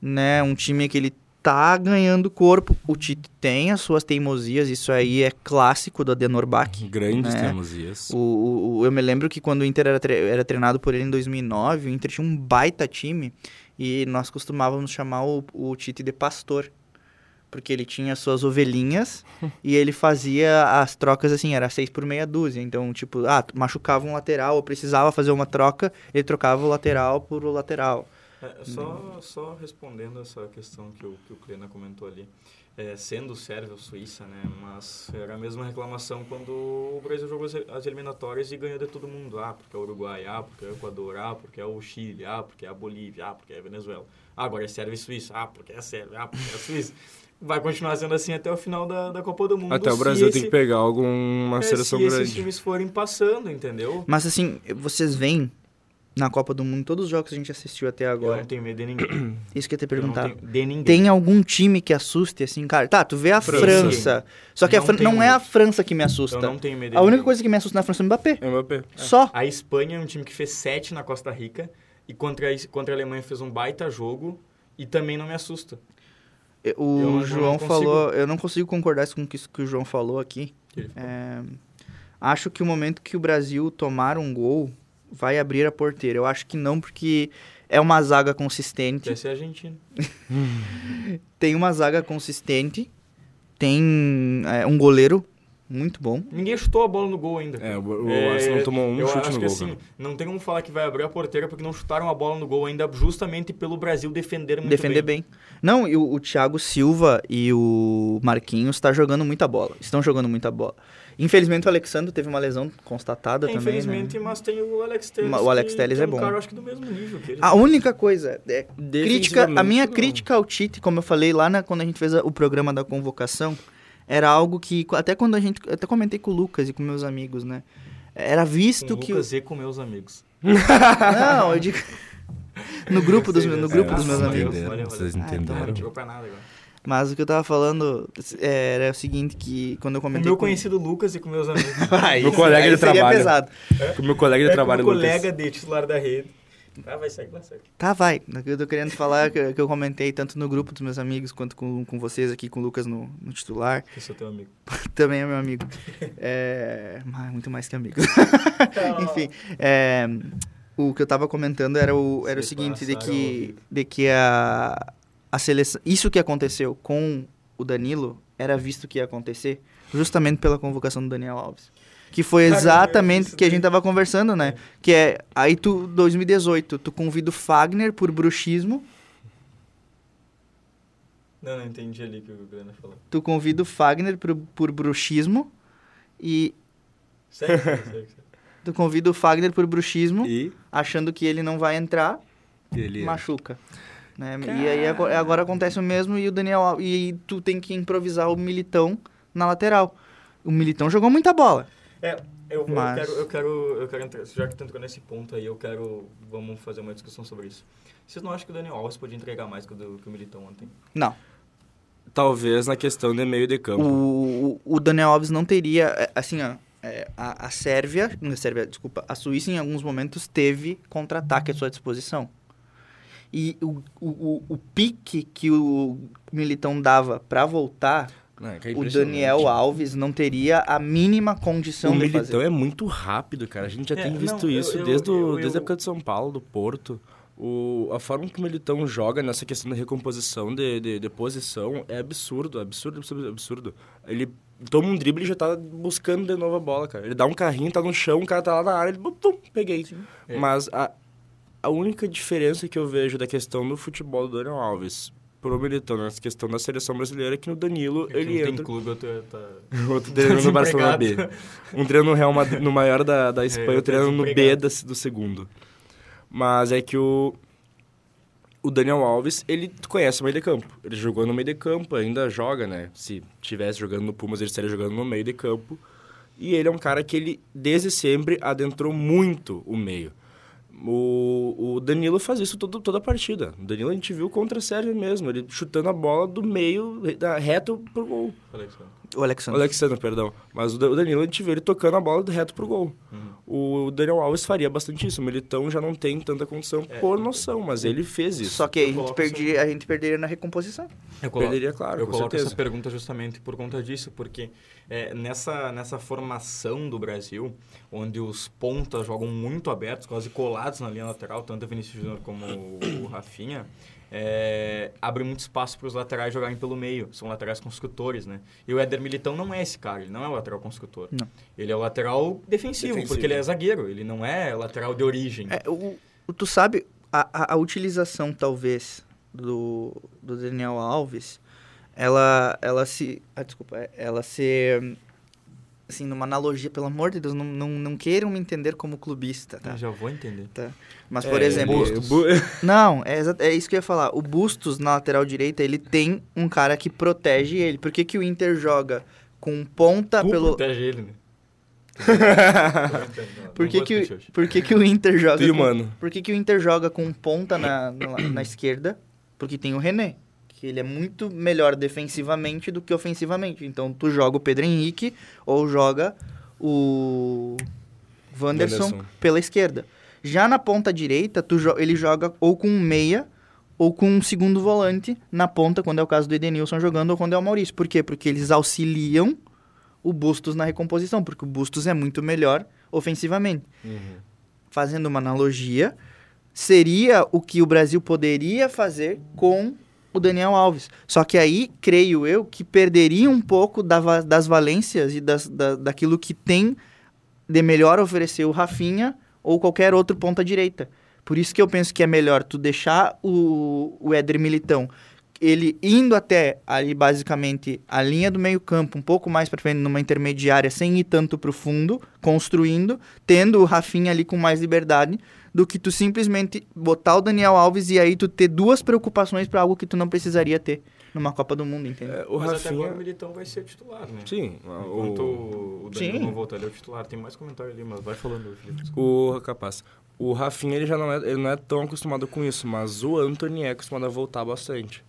D: né? Um time que ele tá ganhando corpo. O Tite tem as suas teimosias, isso aí é clássico do Adenor Bach.
C: Grandes
D: É.
C: temos isso.
D: O, o- o- eu me lembro que quando o Inter era, tre- era treinado por ele em 2009, o Inter tinha um baita time e nós costumávamos chamar o, o Tite de pastor. Porque ele tinha suas ovelhinhas
B: [laughs]
D: e ele fazia as trocas assim, era seis por meia dúzia. Então, tipo, ah, machucava um lateral ou precisava fazer uma troca, ele trocava o lateral por o lateral.
B: É, só, só respondendo essa questão que o, que o Klena comentou ali, é, sendo Sérvia ou Suíça, né, mas era a mesma reclamação quando o Brasil jogou as el- as eliminatórias e ganhou de todo mundo. Ah, porque é o Uruguai, ah, porque é o Equador, ah, porque é o Chile, ah, porque é a Bolívia, ah, porque é a Venezuela. Ah, agora é Sérvia e Suíça, ah, porque é a Sérvia, ah, porque é a Suíça. Vai continuar sendo assim até o final da, da Copa do Mundo.
C: Até o
B: se
C: Brasil tem
B: esse-
C: que pegar alguma
B: é,
C: seleção
B: se esses
C: grande.
B: times forem passando, entendeu?
D: Mas assim, vocês veem na Copa do Mundo todos os jogos que a gente assistiu até
B: Eu
D: agora.
B: não tenho medo de ninguém.
D: Isso que eu ia te
B: Eu não
D: perguntar.
B: tenho- de ninguém.
D: Tem algum time que assuste assim, cara? Tá, tu vê a
B: França.
D: França. Só que a
B: Não
D: Fran-
B: tem
D: não é a
B: muito.
D: França que me
B: Eu
D: assusta.
B: não tenho medo de
D: A única
B: ninguém.
D: coisa que me assusta na França é o Mbappé.
C: Mbappé.
D: Só.
B: A Espanha é um time que fez 7 na Costa Rica e contra a, contra a Alemanha fez um baita jogo e também não me assusta.
D: O
B: Eu não-
D: João
B: não consigo.
D: falou, eu não consigo concordar com isso que o João falou aqui.
B: Ele falou.
D: É, acho que o momento que o Brasil tomar um gol vai abrir a porteira. Eu acho que não, porque é uma zaga consistente.
B: Deve ser a Argentina.
D: tem uma zaga consistente, tem é, um goleiro muito bom.
B: Ninguém chutou a bola no gol ainda.
C: É, o, o Arsenal tomou um
B: eu
C: chute
B: acho
C: no
B: que
C: gol.
B: assim,
C: cara.
B: não tem como falar que vai abrir a porteira porque não chutaram a bola no gol ainda justamente pelo Brasil defender muito
D: defender
B: bem.
D: bem. Não, e o, o Thiago Silva e o Marquinhos tá jogando muita bola. Estão jogando muita bola. Infelizmente o Alexandre teve uma lesão constatada também.
B: É, Infelizmente,
D: né?
B: mas tem o Alex Telles.
D: Ma- o Alex
B: que-
D: Telles
B: que
D: é
B: um
D: bom. Ah,
B: cara, acho que do mesmo nível que ele.
D: A única coisa, é, crítica, a minha
C: Defensivamente, não.
D: crítica ao Tite, como eu falei lá na- quando a gente fez a- o programa da convocação, era algo que até quando a gente, até comentei com o Lucas e com meus amigos, né? Era
B: com
D: visto
B: o
D: que o-
B: Lucas e com meus amigos.
D: [laughs] Não, eu digo. No grupo dos, no grupo dos meus
B: Ah,
D: amigos.
B: Olha, olha.
C: É, Vocês
D: Ah, então
B: Não
C: entenderam?
B: tirou pra nada agora.
D: Mas o que eu tava falando é, era o seguinte, que quando eu
B: Com o
D: comentei...
B: meu
D: com-
B: conhecido Lucas e com meus amigos.
D: [laughs] Aí,
C: Meu colega
D: aí
C: de
D: seria
C: trabalho.
D: pesado.
C: O meu colega de
B: É
C: trabalho,
B: com o
C: Lucas.
B: colega de titular da rede. Ah, vai sair, vai sair.
D: Tá, vai. O que eu tô querendo falar, é que eu, que eu comentei tanto no grupo dos meus amigos, quanto com, com vocês aqui, com o Lucas no, no titular,
B: Eu sou
C: um
B: teu amigo.
D: que também é meu amigo. É... mas Muito mais que amigo. [laughs] Enfim, é, o que eu tava comentando era o, era o
B: Se
D: seguinte, de
B: passaram
D: que,
B: horrível.
D: de que a, a seleção... Isso que aconteceu com o Danilo era visto que ia acontecer justamente pela convocação do Daniel Alves. Que foi
B: Cara, eu lembro
D: exatamente o
B: disso
D: que a gente
B: daí.
D: tava conversando, né? Que é, aí tu, 2018, tu convida o Fagner por bruxismo
B: Não, não entendi ali o que o Guilherme falou.
D: Tu convida o Fagner por, por bruxismo e
B: Sério, sério, sério.
D: tu convida o Fagner por bruxismo,
C: E
D: achando que ele não vai entrar,
C: ele... é.
D: machuca. né? E aí ago- agora acontece o mesmo e o Daniel Al- e tu tem que improvisar o Militão na lateral. O Militão jogou muita bola.
B: É, eu, eu
D: Mas-
B: quero, eu quero, eu quero entrar, já que tu entrou nesse ponto aí, eu quero, vamos fazer uma discussão sobre isso. Vocês não acham que o Daniel Alves podia entregar mais que o, do- que o Militão ontem?
D: Não.
C: Talvez na questão de meio de campo.
D: O, o o Daniel Alves não teria, é, assim, ó, é, a, a Sérvia, não, a Sérvia, desculpa, a Suíça em alguns momentos teve contra-ataque à sua disposição. E o, o, o, o pique que o Militão dava pra voltar,
C: Não, é que é
D: o
C: impressionante.
D: Daniel Alves não teria a mínima condição
C: O
D: de
C: Militão
D: fazer.
C: é muito rápido, cara. A gente já
B: É,
C: tem visto
B: não, eu-
C: isso
B: eu-
C: desde, o-
B: eu- eu-
C: desde a época de São Paulo, do Porto. O, a forma que o Militão joga nessa questão da recomposição de, de, de posição é absurdo, absurdo, absurdo, absurdo. Ele toma um drible e já tá buscando de novo a bola, cara. Ele dá um carrinho, tá no chão, o cara tá lá na área, ele... Bum, bum, peguei.
B: É.
C: Mas a, a única diferença que eu vejo da questão do futebol do Daniel Alves pro Militão nessa questão da seleção brasileira é que no Danilo
B: Porque
C: ele
B: não
C: entra...
B: tem clube, eu tô, tá...
C: [laughs] Outro treinando no Barcelona B.
B: Desempregado.
C: Um treino no Real Madrid, no maior da, da Espanha,
B: É,
C: outro treino no B
B: desempregado.
C: da- do segundo. Mas é que o, o Daniel Alves, ele conhece o meio de campo. Ele jogou no meio de campo, ainda joga, né? Se tivesse jogando no Pumas, ele estaria jogando no meio de campo. E ele é um cara que ele, desde sempre, adentrou muito o meio. O, o Danilo faz isso todo, toda a partida. O Danilo a gente viu contra a Sérvia mesmo. Ele chutando a bola do meio, re- da- reto pro gol.
B: Falei isso. né?
D: O
C: O
D: Alexandre.
C: Alexandre, perdão. Mas o Da- o Danilo, a gente vê ele tocando a bola reto pro gol. O Daniel Alves faria bastante isso. O Militão já não tem tanta condição por noção, mas ele fez isso.
D: Só que aí a gente,
B: coloco
D: perdi, a gente perderia na recomposição.
B: Eu colo-
C: Perderia, claro,
B: Eu
C: com
B: coloco
C: certeza.
B: essa pergunta justamente por conta disso, porque é, nessa, nessa formação do Brasil, onde os pontas jogam muito abertos, quase colados na linha lateral, tanto o Vinícius Júnior como o- o Rafinha, é, abre muito espaço para os laterais jogarem pelo meio. São laterais construtores, né? E o Éder Militão não é esse cara, ele não é o lateral construtor.
D: Não.
B: Ele é o lateral defensivo,
C: Defensivo.
B: porque ele é zagueiro, ele não é lateral de origem.
D: É, o, o- tu sabe, a, a, a utilização, talvez, do, do Daniel Alves, ela, ela se... Ah, desculpa. é- Ela se... hum, Assim, numa analogia, pelo amor de Deus, não, não, não queiram me entender como clubista, tá?
B: Eu já vou entender.
D: Mas, por
C: É,
D: exemplo... [laughs]
C: o Bu-
D: Não, é, exa- é isso que eu ia falar. O Bustos, na lateral direita, ele tem um cara que protege ele. Por que, que o Inter joga com ponta Tá,
B: Tu
D: pelo...
B: protege
D: [laughs]
B: ele, né?
D: Por que
B: Não vou
D: que,
B: discutir
D: o-
B: hoje.
D: por que, que o Inter joga.
C: Tu e o
D: com-
C: Mano.
D: Por que, que o Inter joga com ponta na, na, na esquerda? Porque tem o René. Que ele é muito melhor defensivamente do que ofensivamente. Então tu joga o Pedro Henrique ou joga o Wanderson,
C: Wanderson.
D: pela esquerda. Já na ponta direita, tu jo- ele joga ou com um meia ou com um segundo volante na ponta, quando é o caso do Edenilson jogando ou quando é o Maurício. Por quê? Porque eles auxiliam o Bustos na recomposição, porque o Bustos é muito melhor ofensivamente. Fazendo uma analogia, seria o que o Brasil poderia fazer com o Daniel Alves. Só que aí, creio eu, que perderia um pouco da va- das valências e das, da- daquilo que tem de melhor oferecer o Rafinha ou qualquer outro ponta direita. Por isso que eu penso que é melhor tu deixar o, o Éder Militão, ele indo até ali basicamente a linha do meio campo, um pouco mais para frente numa intermediária, sem ir tanto pro fundo, construindo, tendo o Rafinha ali com mais liberdade, do que tu simplesmente botar o Daniel Alves e aí tu ter duas preocupações para algo que tu não precisaria ter numa Copa do Mundo, entendeu?
C: É, [laughs] o
B: Mas até agora o
C: Rafinha...
B: Militão vai ser titular, né?
C: Sim,
B: Enquanto
C: o,
B: o, o
D: Sim.
B: Danilo não voltar, ele é o titular. Tem mais comentário ali, mas vai falando, Felipe. desculpa.
C: o capaz. O Rafinha ele já não é, ele não é tão acostumado com isso, mas o Anthony é acostumado a voltar bastante.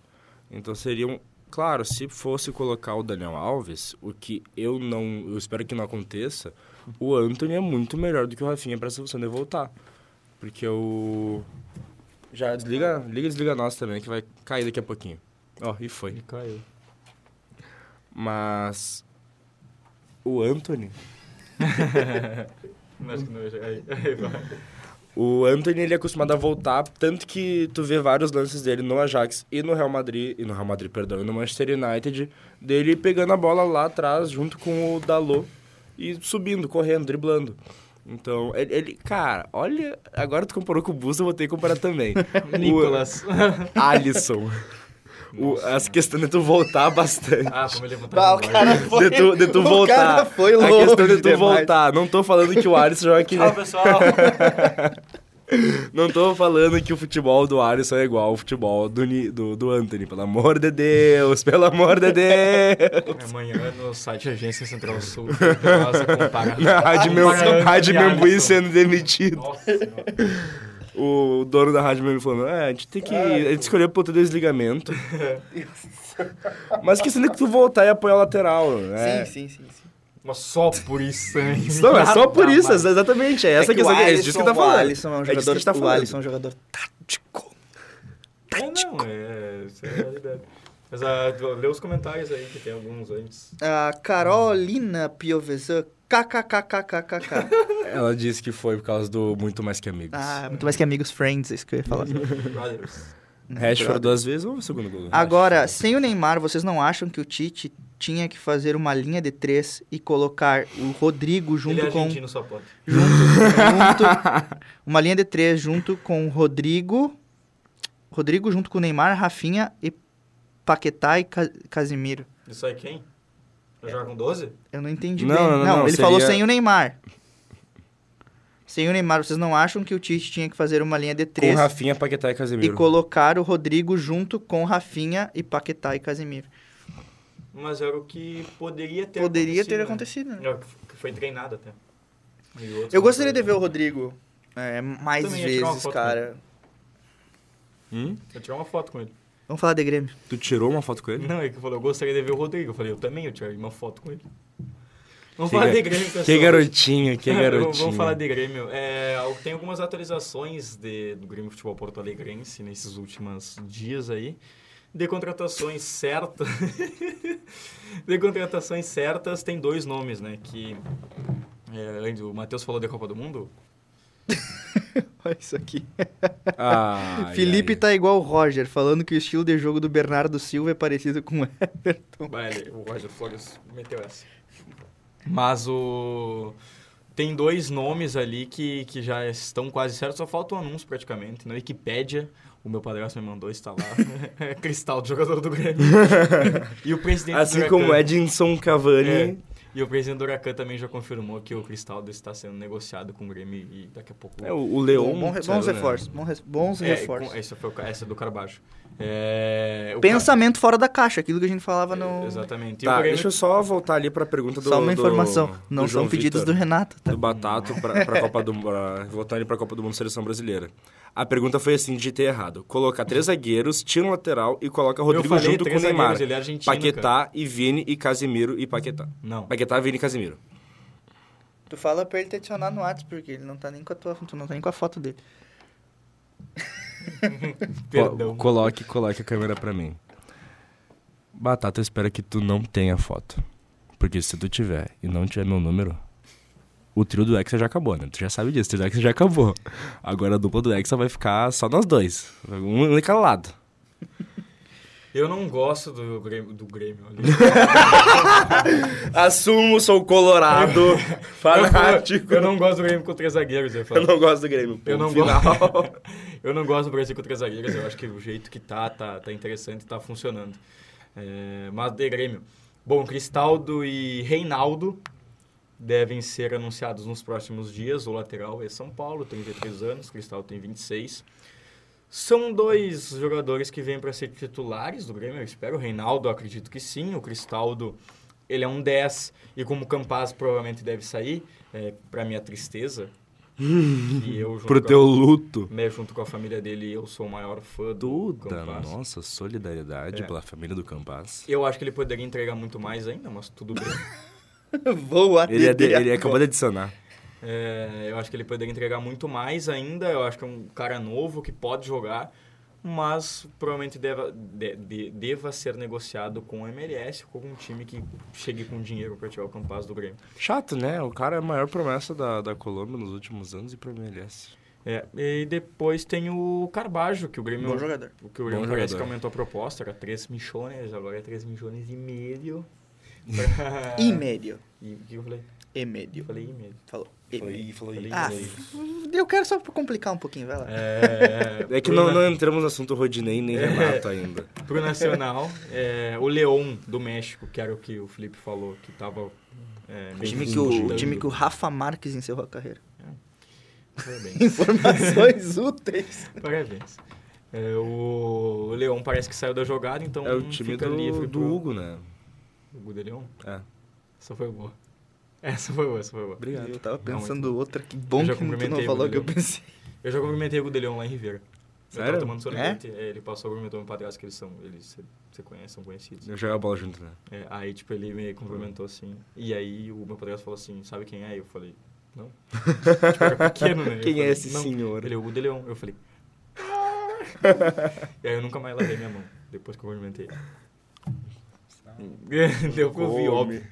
C: Então seriam, claro, se fosse colocar o Daniel Alves, o que eu não, eu espero que não aconteça, o Anthony é muito melhor do que o Rafinha para essa função de voltar. Porque o já desliga, liga e desliga nós também que vai cair daqui a pouquinho. Ó, e foi.
B: Ele caiu.
C: Mas o Anthony
B: Acho que não ia chegar aí. Aí
C: [laughs]
B: vai.
C: O Anthony ele é acostumado a voltar, tanto que tu vê vários lances dele no Ajax e no Real Madrid, e no Real Madrid, perdão, e no Manchester United, dele pegando a bola lá atrás junto com o Dalot e subindo, correndo, driblando. Então, ele, ele- cara, olha,
D: [laughs]
C: agora tu comparou com o Busto, eu vou ter que comparar também.
B: Nicolas.
C: O Alisson. o- essa questão de tu voltar bastante.
B: Ah, como ele levantou
D: Ah,
B: a
D: o cara foi.
C: De tu, de tu
D: o
C: voltar.
D: cara foi
C: a
D: longe.
C: questão de tu
D: demais.
C: voltar. Não tô falando que o Alisson joga que nem-
B: Tchau, pessoal.
C: Não tô falando que o futebol do Alisson é igual ao futebol do, Ni- do, do Anthony. Pelo amor de Deus, pelo amor de
B: [laughs]
C: Deus.
B: Amanhã é no site Agência Central Sul. Nossa, compara.
C: Na [laughs] Rádio, Mem-
B: Comparando
C: Rádio
B: Alisson.
C: Membuí sendo demitido.
B: Nossa senhora.
C: O dono da Rádio Membuí falando, é, a gente tem que... A gente escolheu pro teu desligamento. Mas que sendo que tu voltar e apoiar o lateral, né?
D: Sim, sim, sim. sim.
B: Mas só por isso, hein?
C: Não, é só por isso,
B: Nada mais.
C: exatamente. É essa
D: É que
C: questão.
D: o
C: é disso que tá
D: Alisson-
C: falando.
D: O Alisson é um
C: disso que a
D: jogador,
C: gente tá
D: o
C: falando.
D: Alisson é um jogador tático.
B: É, não, é. Isso é a realidade. Mas ah, lê os comentários aí, que tem alguns antes.
D: A Carolina Piovesan, kkkkkkk.
C: Ela disse que foi por causa do muito mais que amigos.
D: [laughs] Ah, muito mais que amigos friends, é isso que eu ia falar.
B: Brothers.
C: Uhum. Rashford duas vezes ou o segundo gol? do
D: Agora, sem o Neymar, vocês não acham que o Tite tinha que fazer uma linha de três e colocar o Rodrigo junto
B: ele é
D: com...
B: argentino, só pode.
D: Junto, [laughs] junto- Uma linha de três junto com o Rodrigo. Rodrigo junto com o Neymar, Rafinha e Paquetá e Ca- Casimiro.
B: Isso aí quem?
D: É.
B: Eu jogo com 12?
D: Eu não entendi
C: Não,
D: bem.
C: não,
D: Não,
C: não,
D: ele
C: seria-
D: falou sem o Neymar. Sem o Neymar, vocês não acham que o Tite tinha que fazer uma linha de
C: Com
D: três
C: Rafinha, Paquetá e
D: e
C: Casemiro.
D: colocar o Rodrigo junto com Rafinha e Paquetá e Casimiro?
B: Mas era o que poderia ter
D: Poderia ter acontecido,
B: acontecido.
D: né?
B: né? É o que f- que foi treinado até. E outros
D: Eu gostaria de
B: não
D: ver
B: foi.
D: o Rodrigo é, mais
B: Também ia tirar uma
D: vezes,
B: foto né?
D: cara.
C: Hum?
B: Eu tirei uma foto com ele.
D: Vamos falar de Grêmio. [laughs]
C: Tu tirou uma foto com
B: [laughs]
C: ele?
B: Não, ele que falou, eu gostaria de ver o Rodrigo. Eu falei, eu também, eu tirei uma foto com ele. Vamos
C: Que
B: falar
C: ga-
B: de Grêmio, pessoal.
C: Que
B: [laughs]
C: garotinho, que
B: Vamos-
C: garotinho.
B: Vamos falar de Grêmio. É, al- tem algumas atualizações de- do Grêmio Futebol Porto Alegrense nesses últimos dias aí. De contratações certas. [laughs] de contratações certas, tem dois nomes, né? Que. É, antes, o Matheus falou da Copa do Mundo.
D: Olha isso aqui.
C: Ai,
D: Felipe
C: ai.
D: tá igual o Roger, falando que o estilo de jogo do Bernardo Silva é parecido com o Everton.
B: Bah, ele- o Roger Flores meteu essa. Mas o. Tem dois nomes ali que, que já estão quase certos, só falta um anúncio praticamente. Na Wikipédia, o meu padrasto me mandou está lá. é [laughs] Cristal, jogador do Grêmio. e o presidente
D: tá-
B: do
C: Assim
B: Huracan-
C: como Edinson Cavani.
B: É. E o presidente do Huracan também já confirmou que o Cristaldo está sendo negociado com o Grêmio e daqui a pouco.
C: É, o, o Leon.
D: Bom- bons
C: saiu, né?
D: reforços, bom res- bons
B: É,
D: reforços.
B: com- essa, foi o ca- essa é do Carbaixo. É, o É,
D: Pensamento fora da caixa, aquilo que a gente falava
B: Ca-
D: no...
B: Exatamente. E o
C: Tá,
B: Grêmio-
C: deixa eu só voltar ali pra pergunta do.
D: Só uma
C: do-
D: informação,
C: do
D: não
C: João
D: são pedidos
C: Vitor,
D: do Renato, tá?
C: Do Batato pra, pra Copa do [laughs] pra, voltar ali pra Copa do Mundo Seleção Brasileira. A pergunta foi assim, digitei errado. Colocar três zagueiros, tira um lateral e coloca Rodrigo
B: falei
C: junto com o
B: três
C: Neymar.
B: zagueiros, ele é argentino,
C: Paquetá e Vini e Casimiro e Paquetá.
B: Não.
C: Paquetá, Vini e Casimiro.
D: Tu fala pra ele te adicionar no WhatsApp, porque ele não tá nem com a tua... Tu não tá nem com a foto dele.
B: Perdão.
C: Co- Coloque, coloque a câmera pra mim. Batata, eu espero que tu não tenha foto. Porque se tu tiver e não tiver meu número, o trio do Hexa já acabou, né? Tu já sabe disso, o trio do Hexa já acabou. Agora a dupla do Hexa vai ficar só nós dois. Um de cada lado.
B: Eu não gosto do Grêmio. Do Grêmio olha.
C: [laughs] Assumo, sou colorado,
B: eu, eu não gosto do Grêmio com três zagueiros, eu falo.
C: gosto do Grêmio.
B: Eu não,
C: [laughs]
B: gosto, eu não gosto do Brasil com três zagueiros. Eu acho que o jeito que tá, tá, tá interessante e tá funcionando. É, mas de Grêmio. Bom, Cristaldo e Reinaldo devem ser anunciados nos próximos dias. O lateral é São Paulo, tem 23 anos, Cristaldo tem 26. São dois jogadores que vêm para ser titulares do Grêmio, eu espero. O Reinaldo, eu acredito que sim. O Cristaldo, ele é um 10. E como o Campaz provavelmente deve sair, é, para minha
C: [laughs]
B: tristeza, que eu junto
C: [laughs] Pro
B: com a-
C: teu luto.
B: né, junto com a família dele, eu sou o maior fã do
C: Duda,
B: Campas.
C: nossa, solidariedade
B: É.
C: pela família do Campas.
B: Eu acho que ele poderia entregar muito mais ainda, mas tudo
C: [laughs]
B: bem.
D: [laughs] Vou
C: Ele, é de-
D: atender
C: ele acabou de adicionar.
B: É, eu acho que ele poderia entregar muito mais ainda. Eu acho que é um cara novo que pode jogar, mas provavelmente deva, de- de- deva ser negociado com o MLS ou com um time que chegue com dinheiro para tirar o Campas do Grêmio.
C: Chato, né? O cara é a maior promessa da, da Colômbia nos últimos anos e pra mim ele é esse.
B: É, e depois tem o Carbajo, que o Grêmio.
D: Bom jogador.
B: O que o Grêmio
C: Bom
B: parece que
C: jogador.
B: aumentou a proposta, era 3 milhões, agora é 3 milhões [laughs] e meio.
D: [laughs] E médio.
B: E o que eu falei?
D: Emédio.
B: Falei e-mail.
D: Falou. Emédio.
E: Falei, falei.
D: Ah,
E: falei.
C: [laughs]
D: eu quero só pra complicar um pouquinho, vai lá.
B: É,
C: É que não, não entramos no assunto Rodinei nem Renato ainda.
B: Pro Nacional, é, o Leon do México, que era o que o Felipe falou, que tava. É,
D: O
B: meio
D: time,
B: que
D: que o, o
B: mudando.
D: time que o Rafa Marques encerrou a carreira. [laughs]
B: Parabéns.
D: Informações úteis.
B: Parabéns. É, o Leon parece que saiu da jogada, [laughs] então.
C: É o time
B: fica livre
C: do, do
B: pro-
C: Hugo, né?
B: Hugo de Leon?
C: É.
B: Essa foi boa. Essa foi boa, essa foi boa.
C: Obrigado.
D: É, Eu tava pensando outra, que
B: Eu
D: bom
B: já
D: que tu não
B: cumprimentei
D: falou
B: o
D: que eu pensei.
B: Eu já cumprimentei o Hugo de Leon lá em Ribeira. Eu
C: Sério?
B: tava tomando sorvete, é, ele passou, cumprimentou meu padrasto, que eles são. Eles se conhecem, são conhecidos.
C: Eu jogava bola junto, né?
B: É, aí, tipo, ele
C: Uhum.
B: me cumprimentou assim. E aí o meu padrasto falou assim: sabe quem é? Eu falei:
C: [laughs]
B: não. tipo, eu era pequeno, né? Eu
C: Quem é
B: falei,
C: esse
B: "Não."
C: senhor?
B: Ele é o Hugo de Leon. Eu falei.
C: [laughs]
B: "Ah." e aí eu nunca mais lavei minha mão, depois que eu cumprimentei. ele. [laughs] Deu que eu vi, óbvio.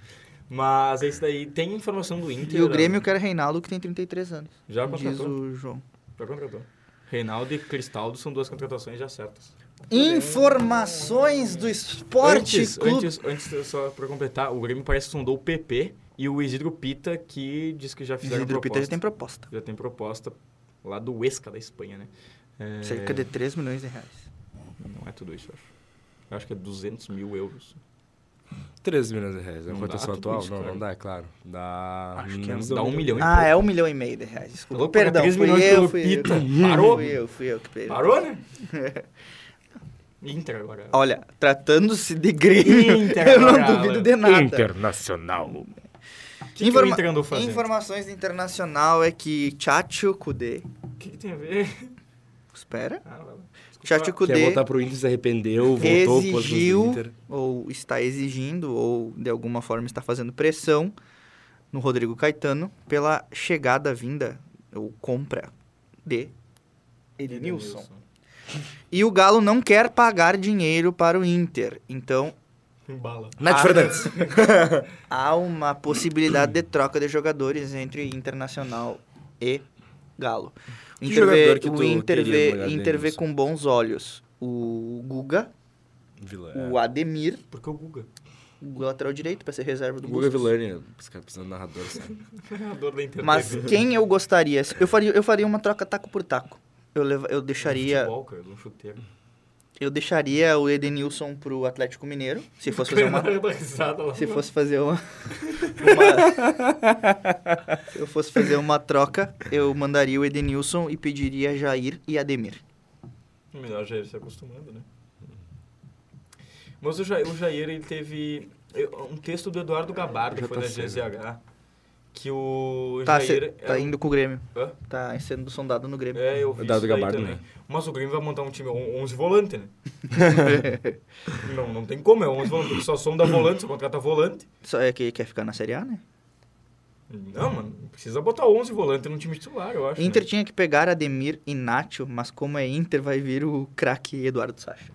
B: Mas é isso daí. Tem informação do Inter. né?
D: E o Grêmio quer Reinaldo, que tem 33 anos.
B: Já
D: diz
B: contratou.
D: o João.
B: Já contratou. Reinaldo e Cristaldo são duas contratações já certas.
D: Informações do Esporte
B: antes,
D: Clube.
B: antes, antes, só pra completar, o Grêmio parece que sondou o PP e o Isidro Pita, que diz que já fizeram
D: Isidro Peter já
B: proposta.
D: tem proposta.
B: já tem proposta lá do Huesca, da Espanha, né? É,
D: Cerca de 3 milhões de reais.
B: Não é tudo isso, eu acho. Eu acho que é 200 mil euros.
C: 13 milhões de reais. É a
B: Não dá
C: cotação
B: tudo
C: atual?
B: isso,
C: não,
B: claro.
C: não dá, é claro. Dá.
D: Acho que
C: menos
B: Dá
C: de
B: um milhão e
D: Ah,
B: pouco.
D: é um milhão e meio de reais. Desculpa.
B: Alô,
D: Perdão,
B: três
D: fui
B: milhões
D: eu,
B: pelo
D: fui
B: Pita.
D: eu.
B: Parou?
D: Fui eu, fui eu que perdi.
B: Parou,
D: [laughs]
B: né? Inter agora.
D: Olha, tratando-se de Grêmio, [laughs]
B: Inter,
D: eu não
B: agora,
D: duvido
B: Alan.
D: de nada.
C: Internacional.
B: O que, que o
D: Informa-
B: Inter andou fazendo?
D: Informações do internacional é que Chacho Kudê...
B: O que, que tem a ver? [laughs]
D: Espera.
B: Ah, vai lá. Desculpa.
D: Chacho
C: Quer
D: Kudê
C: voltar é pro Inter, se arrependeu, voltou pro
D: exigiu,
C: Inter.
D: ou está exigindo, ou de alguma forma está fazendo pressão no Rodrigo Caetano pela chegada, vinda, ou compra de Edenilson.
B: Edenilson.
D: E o Galo não quer pagar dinheiro para o Inter.
C: [laughs]
D: Então,
B: Embala.
C: Nath
D: Ah.
C: Fernandes.
D: há uma possibilidade de troca de jogadores entre Internacional e Galo. O
C: Que
D: Inter
C: jogador
D: vê,
C: que
D: o
C: tu
D: Inter
C: teria no
D: vê,
C: lugar
D: Inter vê
C: deles?
D: com bons olhos o Guga,
C: Vila.
D: o Ademir,
B: Porque é o Guga. [laughs]
D: o lateral direito para ser reserva do
C: Guga é
D: Guga.
C: Vilani, os caras precisam de narrador, sabe?
B: Treinador da Inter.
C: [laughs]
D: Mas
B: TV.
D: quem eu gostaria? Eu faria, eu faria uma troca taco por taco. Eu, leva, eu deixaria
B: Futebol, cara, de um chuteiro.
D: eu deixaria o Edenilson pro Atlético Mineiro, se fosse fazer
B: [laughs]
C: [laughs]
D: uma
B: Eu dou risada lá.
D: se fosse fazer
B: [laughs]
D: uma, uma- se eu fosse fazer uma troca, eu mandaria o Edenilson e pediria Jair e Ademir.
B: Melhor já ir se acostumando, né? Mas o Jair, o Jair ele teve eu- um texto do Eduardo Gabardo,
C: Já
B: foi
C: tá
B: da
C: cedo.
B: GZH, que o
D: Tá, cê,
B: Jair... é
D: tá
B: um-
D: indo com o Grêmio.
B: Hã?
D: Tá sendo sondado no Grêmio.
B: É, eu vi
C: Eduardo
B: isso daí
C: Gabardo,
B: também.
C: né?
B: Mas o Grêmio vai montar um time on- 11 volante, né? não, não tem como, é 11 volante, porque só sonda volante, só contrata volante.
D: [laughs] Só é que quer ficar na Série A, né?
B: Não, mano, precisa botar 11 volante no time titular, eu acho.
D: Inter
B: né?
D: tinha que pegar Ademir e Nacho, mas como é Inter, vai vir o craque Eduardo Sacha.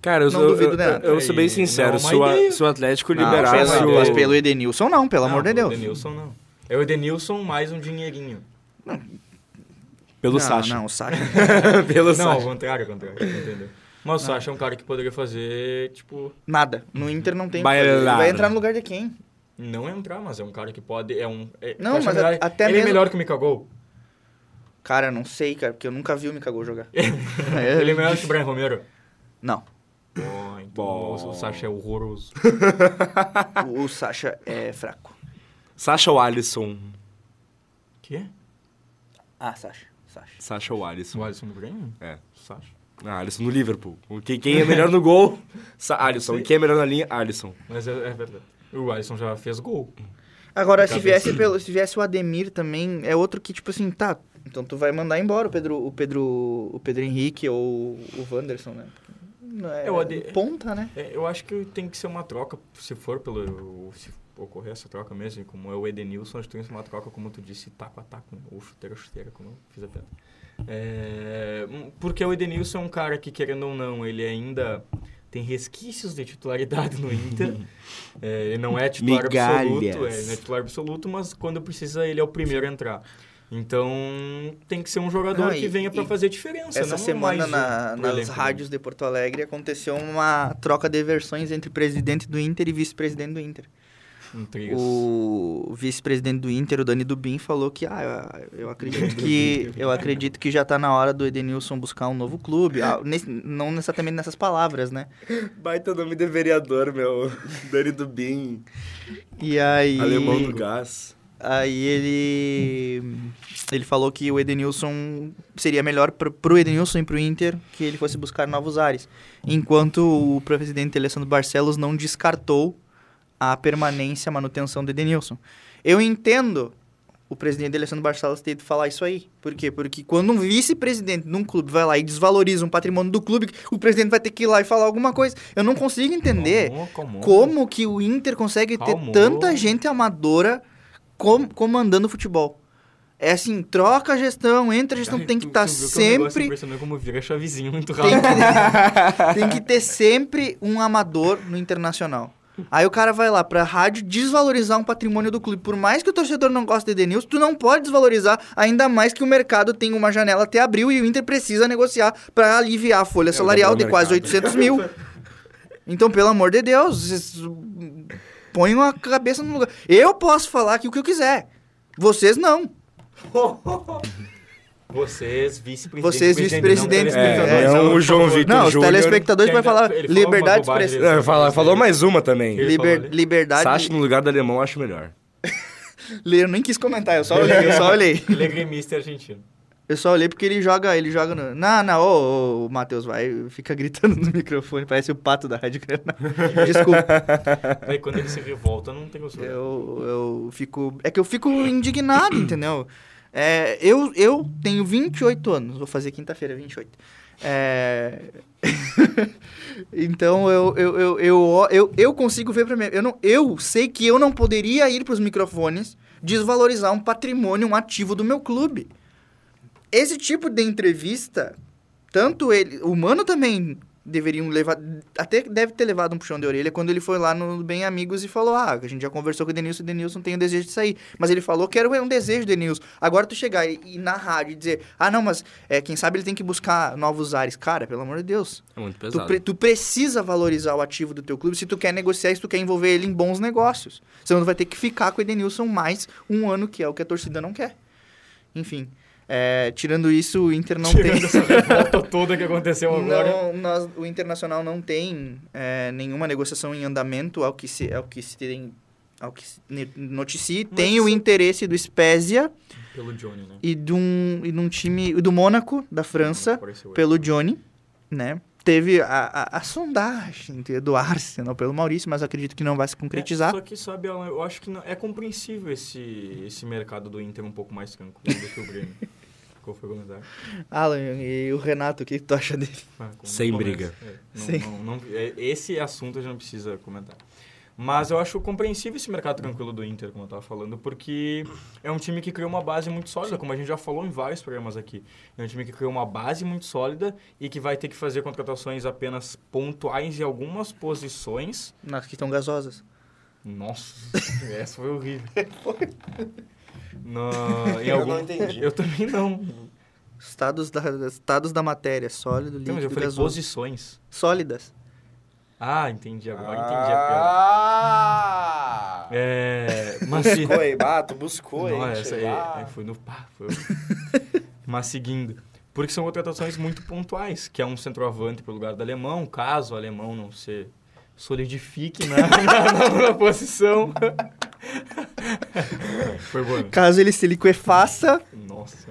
C: Cara, eu
D: Não
C: sou,
D: duvido
C: eu,
D: nada.
C: eu, sou bem
B: Aí, não
C: sincero.
B: é uma
C: Se o, a-
B: ideia.
C: se o Atlético
D: Não,
C: liberasse
D: pelo-
B: pelo-
D: mas
C: o...
D: pelo Edenilson não, pelo
B: né? Não,
D: amor de Deus.
B: O Edenilson não. É o Edenilson mais um dinheirinho.
C: pelo
D: não,
C: Sacha.
D: Não, o Sacha.
C: [laughs]
B: [laughs]
C: pelo
B: não, ao
C: Sacha.
B: contrário, ao contrário, entendeu? Mas o Sacha é um cara que poderia fazer, tipo,
D: Nada. No Inter não tem. o que
C: Bailar.
D: fazer. Ele vai entrar no lugar de quem?
B: não entrar, mas é um cara que pode, é um... é-
D: Não,
B: eu acho
D: mas
B: melhor-
D: a- até
B: ele
D: mesmo-
B: é melhor que
D: [laughs]
B: o Mikagol.
D: Cara, não sei, cara, porque eu nunca vi o Mikagol jogar.
B: Ele é melhor que o Brian Romero.
D: Não.
B: Bom, então,
C: Bom.
B: nossa, o Sacha é
C: [laughs]
B: horroroso.
D: O, o Sacha é fraco.
C: Sacha ou Alisson?
B: Quê?
D: Ah, Sacha. Sacha.
C: Sacha ou
B: O
C: Alisson?
B: Alisson no Grêmio?
C: É.
B: O Sacha.
C: Ah, Alisson no Liverpool. O que- Quem é melhor no gol? Sa Alisson. E quem é melhor na linha? Alisson.
B: Mas é, é verdade. O Alisson já fez gol.
D: Agora, se
B: Cabeça.
D: viesse, pelo, se viesse o Ademir também, é outro que, tipo assim, tá. Então tu vai mandar embora o Pedro, o Pedro, o Pedro Henrique ou o Wanderson, né? Não é,
B: É, o Ade-
D: ponta, né?
B: É, eu acho que tem que ser uma troca, se for pelo... Se ocorrer essa troca mesmo, e como é o Edenilson, acho que tem que ser uma troca, como tu disse, taco a taco, né? ou chuteira a chuteira, como eu fiz a piada. É, hum, porque o Edenilson é um cara que, querendo ou não, ele ainda tem resquícios de titularidade
D: [laughs]
B: no Inter. É, ele não é titular
C: Migalhas.
B: absoluto, é, ele não é titular absoluto, mas quando precisa ele é o primeiro a entrar. Então, tem que ser um jogador
D: Não,
B: que
D: e-
B: venha pra
D: e
B: fazer diferença.
D: Essa
B: não
D: semana
B: mais um
D: na-
B: pro
D: nas
B: elenco, né?
D: rádios de Porto Alegre aconteceu uma troca de versões entre presidente do Inter e vice-presidente do Inter.
B: Intrigas.
D: O vice-presidente do Inter, o Dani Dubin, falou que ah, eu acredito
E: é
D: que eu acredito que já tá na hora do Edenilson buscar um novo clube. Ah, nesse- não necessariamente nessas palavras, né?
E: Baita nome de vereador, meu. Dani do Bim,
D: E aí
E: alemão do gás.
D: aí ele ele falou que o Edenilson seria melhor pro, pro Edenilson e pro Inter que ele fosse buscar novos ares. Enquanto o presidente Alessandro Barcelos não descartou a permanência, a manutenção do Edenilson. Eu entendo o presidente Alessandro Barcelos ter ido falar isso aí. Por quê? Porque quando um vice-presidente de um clube vai lá e desvaloriza um patrimônio do clube, o presidente vai ter que ir lá e falar alguma coisa. Eu não consigo entender
B: Calmou, calmou. [laughs]
D: como que o Inter consegue ter
B: Calmou.
D: tanta gente amadora com- comandando o futebol? É assim, troca a gestão, entra a gestão,
B: Ai,
D: tem que
B: tu-
D: estar
B: tu viu que é um negócio
D: sempre.
B: impressionante como vira chavezinho muito
D: Tem
B: rápido.
D: que, tem que ter sempre um amador no internacional. Aí o cara vai lá pra rádio desvalorizar um patrimônio do clube. Por mais que o torcedor não goste de Edenilson, tu não pode desvalorizar, ainda mais que o mercado tem uma janela até abril e o Inter precisa negociar pra aliviar a
B: É,
D: folha salarial de
C: liberar o
D: quase
C: mercado.
D: 800 mil. Então, pelo amor de Deus, vocês ponham a cabeça no lugar. Eu posso falar aqui o que eu quiser. Vocês não. [laughs]
B: Vocês, vice-presidente.
D: Vocês, vice-presidente,
B: telespectadores,
D: é,
B: por
C: é um
B: favor.
C: João Vitor.
D: Não, os
C: Júnior,
D: telespectadores
B: que
D: vão
B: ainda-
D: falar
B: ele falou uma
D: liberdade de
B: bobagem,
D: expressão.
B: ele
C: É, fala- falou mais uma também.
B: Ele
D: Liber-
B: falou ali.
D: liberdade.
C: Sacha no lugar do alemão, acho melhor.
D: Lê, Eu nem quis comentar, eu só olhei, eu só olhei.
B: Ele é gremista argentino.
D: Eu só olhei porque ele joga, ele joga no... Não, não, ô, ô, o Matheus vai, fica [laughs] gritando no microfone, parece o pato da Rádio Granada. Desculpa,
B: Daí quando ele se revolta, não tem gostoso.
D: eu, eu fico... É que eu fico indignado, entendeu? É, eu, eu tenho 28 anos, vou fazer quinta-feira 28. É... [laughs] então eu, eu, eu, eu, eu, eu consigo ver pra mim. Eu, não, eu sei que eu não poderia ir pros microfones desvalorizar um patrimônio, um ativo do meu clube. Esse tipo de entrevista, tanto ele. O Mano também deveriam levar. Até deve ter levado um puxão de orelha quando ele foi lá no Bem Amigos e falou: Ah, a gente já conversou com o Denilson, o Denilson tem o desejo de sair. Mas ele falou que era um desejo do Denilson. Agora tu chegar e, e na rádio e dizer: Ah, não, mas é, quem sabe ele tem que buscar novos ares. Cara, pelo amor de Deus.
C: É muito
D: Tu, pre- tu precisa valorizar o ativo do teu clube se tu quer negociar e se tu quer envolver ele em bons negócios. Senão tu vai ter que ficar com o Edenilson mais um ano, que é o que a torcida não quer. Enfim, é, tirando isso, o Inter não
B: Tirando
D: tem...
B: essa revolta toda que aconteceu Então, agora.
D: Não, nós- o Internacional não tem é, nenhuma negociação em andamento ao que se, ao que se tem... Ao que se ne- noticie,
B: Mas
D: tem o
B: isso-
D: interesse do Spezia
B: Pelo Johnny, né?
D: e de um, e de um time... Do Mônaco, da França,
B: Apareceu ele.
D: pelo Johnny, né? Teve a, a, a sondagem do Arsenal pelo Maurício, mas acredito que não vai se concretizar.
B: É, Só que, sabe, Alan, eu acho que não- é compreensível esse, esse mercado do Inter um pouco mais tranquilo do que
D: [laughs]
B: o Grêmio. Qual foi o comentário?
D: Alan, e o Renato, o que tu acha dele?
B: Ah, como-
C: Sem
B: como
C: briga.
B: é, é, não-
D: Sim.
B: não- não- é, esse assunto a gente não precisa comentar. Mas eu acho compreensível esse mercado tranquilo do Inter, como eu estava falando, porque é um time que criou uma base muito sólida, como a gente já falou em vários programas aqui. É um time que criou uma base muito sólida e que vai ter que fazer contratações apenas pontuais em algumas posições.
D: Nas que estão gasosas.
B: Nossa, [laughs] essa
E: [laughs]
B: foi horrível. No, em
E: Eu
B: algum-
E: não entendi.
B: Eu também não.
D: Estados da, estados da matéria, sólido,
B: Então, mas eu
D: líquido,
B: falei
D: gasoso.
B: posições.
D: Sólidas.
B: Ah, entendi agora, entendi a piada.
E: Ah!
B: É, mas se...
E: Buscou aí, bato, buscou
B: Não,
E: aí.
B: essa aí,
E: sei lá.
D: é
B: aí foi no pá, foi... um- [laughs] Mas seguindo. Porque são contratações muito pontuais, que é um centroavante pro lugar do alemão, caso o alemão não se solidifique na, [laughs] na- na- na posição. [laughs] foi bom.
D: Caso ele se liquefaça,
B: Nossa.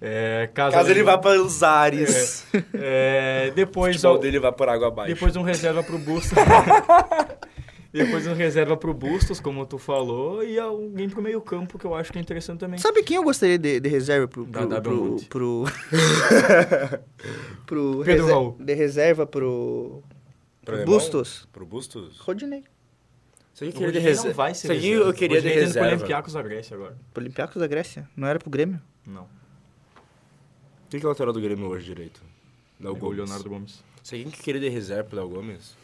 B: É, caso
E: Caso
B: o
E: ele vá
B: alemão-
E: para os ares.
B: É,
E: O
B: depois,
E: futebol
B: ao-
E: dele vai por água abaixo.
B: depois um reserva pro Bustos. [laughs] depois um reserva pro Bustos, como tu falou, e alguém pro meio campo que eu acho que é interessante também.
D: sabe quem eu gostaria de, de reserva pro...
B: Da
D: Pro...
B: W
D: pro,
B: Monte. [laughs]
D: pro, pro
B: Pedro
D: reser-
B: Raul.
D: De reserva
E: Pro
D: pro... Pro
E: alemão?
D: Bustos.
E: Pro Bustos?
D: Rodinei.
C: Isso aqui
B: O Rodinei não vai ser
C: Isso aqui
B: reserva.
C: eu queria
B: O
C: de
B: Rodinei tá indo pro
C: reserva.
B: Olympiacos da Grécia agora.
D: Pro Olympiacos da Grécia. Não era pro Grêmio?
B: Não.
C: Quem que é o lateral do Grêmio hoje direito? É Léo
B: Pegou o
C: Gomes.
B: Leonardo Gomes.
C: [laughs] Sei quem que queria de reserva pro Léo Gomes?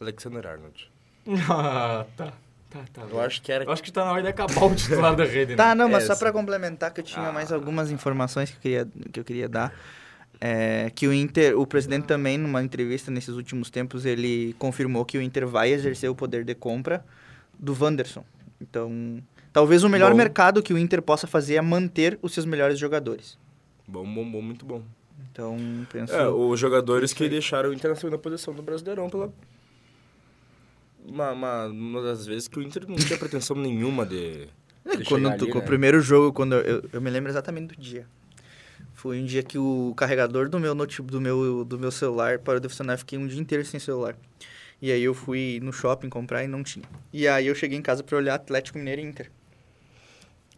C: Alexander Arnold.
B: [laughs] ah, tá. Tá, tá.
C: Eu acho que era...
B: Eu acho que tá na hora de acabar o titular da rede, né?
D: Tá, não, mas só
C: Essa.
D: pra complementar que eu tinha
E: Ah.
D: mais algumas informações que eu queria, que eu queria dar. É, que o Inter, o presidente também, numa entrevista nesses últimos tempos, ele confirmou que o Inter vai exercer o poder de compra do Wanderson. Então, talvez o melhor
C: Bom.
D: mercado que o Inter possa fazer é manter os seus melhores jogadores.
C: Bom, bom, bom, muito bom.
D: Então, penso...
C: É, os jogadores que deixaram o Inter na segunda posição do Brasileirão pela... Uma, uma, uma das vezes que o Inter não tinha pretensão nenhuma de... de
D: Quando
C: chegar
D: tu-
C: ali,
D: com o
C: né?
D: primeiro jogo, quando eu, eu, eu me lembro exatamente do dia. Foi um dia que o carregador do meu notebook, do meu, do meu celular parou de funcionar. Eu fiquei um dia inteiro sem celular. E aí eu fui no shopping comprar e não tinha. E aí eu cheguei em casa pra olhar Atlético Mineiro e Inter.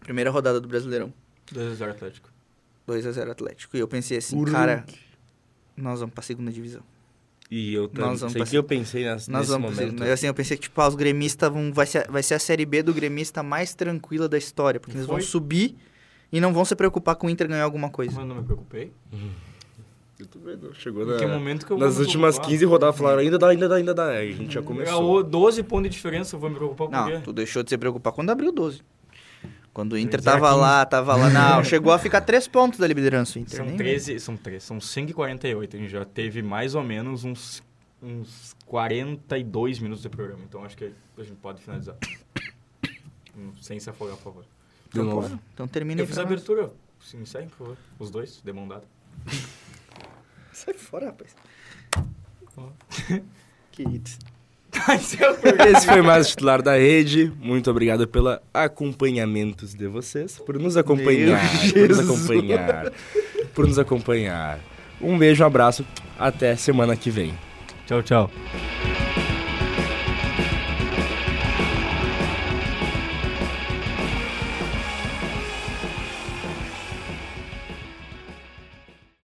D: Primeira rodada do Brasileirão.
B: 2x0 Atlético.
D: 2 a 0 Atlético. E eu pensei assim, cara, nós vamos pra segunda divisão.
C: E eu também
D: Nós vamos
C: sei
D: pra-
C: que eu pensei nas-
D: Nós
C: nesse
D: vamos pra
C: momento. é.
D: segunda. Assim, eu pensei que, tipo, ah, os gremistas vão. Vai ser, vai ser a série B do gremista mais tranquila da história. Porque
B: E
D: eles
B: foi.
D: vão subir e não vão se preocupar com o Inter ganhar alguma coisa.
B: Mas eu não me preocupei.
E: Eu também não. Chegou
B: Em
E: na...
B: que momento que eu vou é
C: Nas
B: me
C: últimas
B: preocupar?
C: 15 rodadas falaram, ainda dá, ainda dá, ainda dá. Aí A gente já começou.
B: Ganhou 12 pontos de diferença, eu vou me preocupar com o
D: Não,
B: quê?
D: tu deixou de se preocupar quando abriu 12. Quando o Inter
B: Zero
D: tava
B: quinze.
D: lá, tava lá. Não, chegou a ficar três pontos da liderança o Inter.
B: São
D: nem-
B: 13, são 3, são 5h48. A gente já teve mais ou menos uns, uns 42 minutos de programa. Então acho que a gente pode finalizar. [coughs] Hum, Sem se afogar, por favor.
C: De novo.
D: Então termina
B: Eu
D: aí,
B: fiz a
D: Fernando.
B: abertura. Se me segue, por favor. Os dois, de mão dada.
D: [laughs] Sai fora, rapaz.
B: Ó.
D: [laughs] Que
B: [laughs]
D: isso.
B: Esse é o programa.
C: [laughs] Esse foi mais o titular da rede. Muito obrigado pelo acompanhamentos de vocês, por nos acompanhar, por nos acompanhar, por nos acompanhar. Um beijo, um abraço, até semana que vem.
B: Tchau, tchau.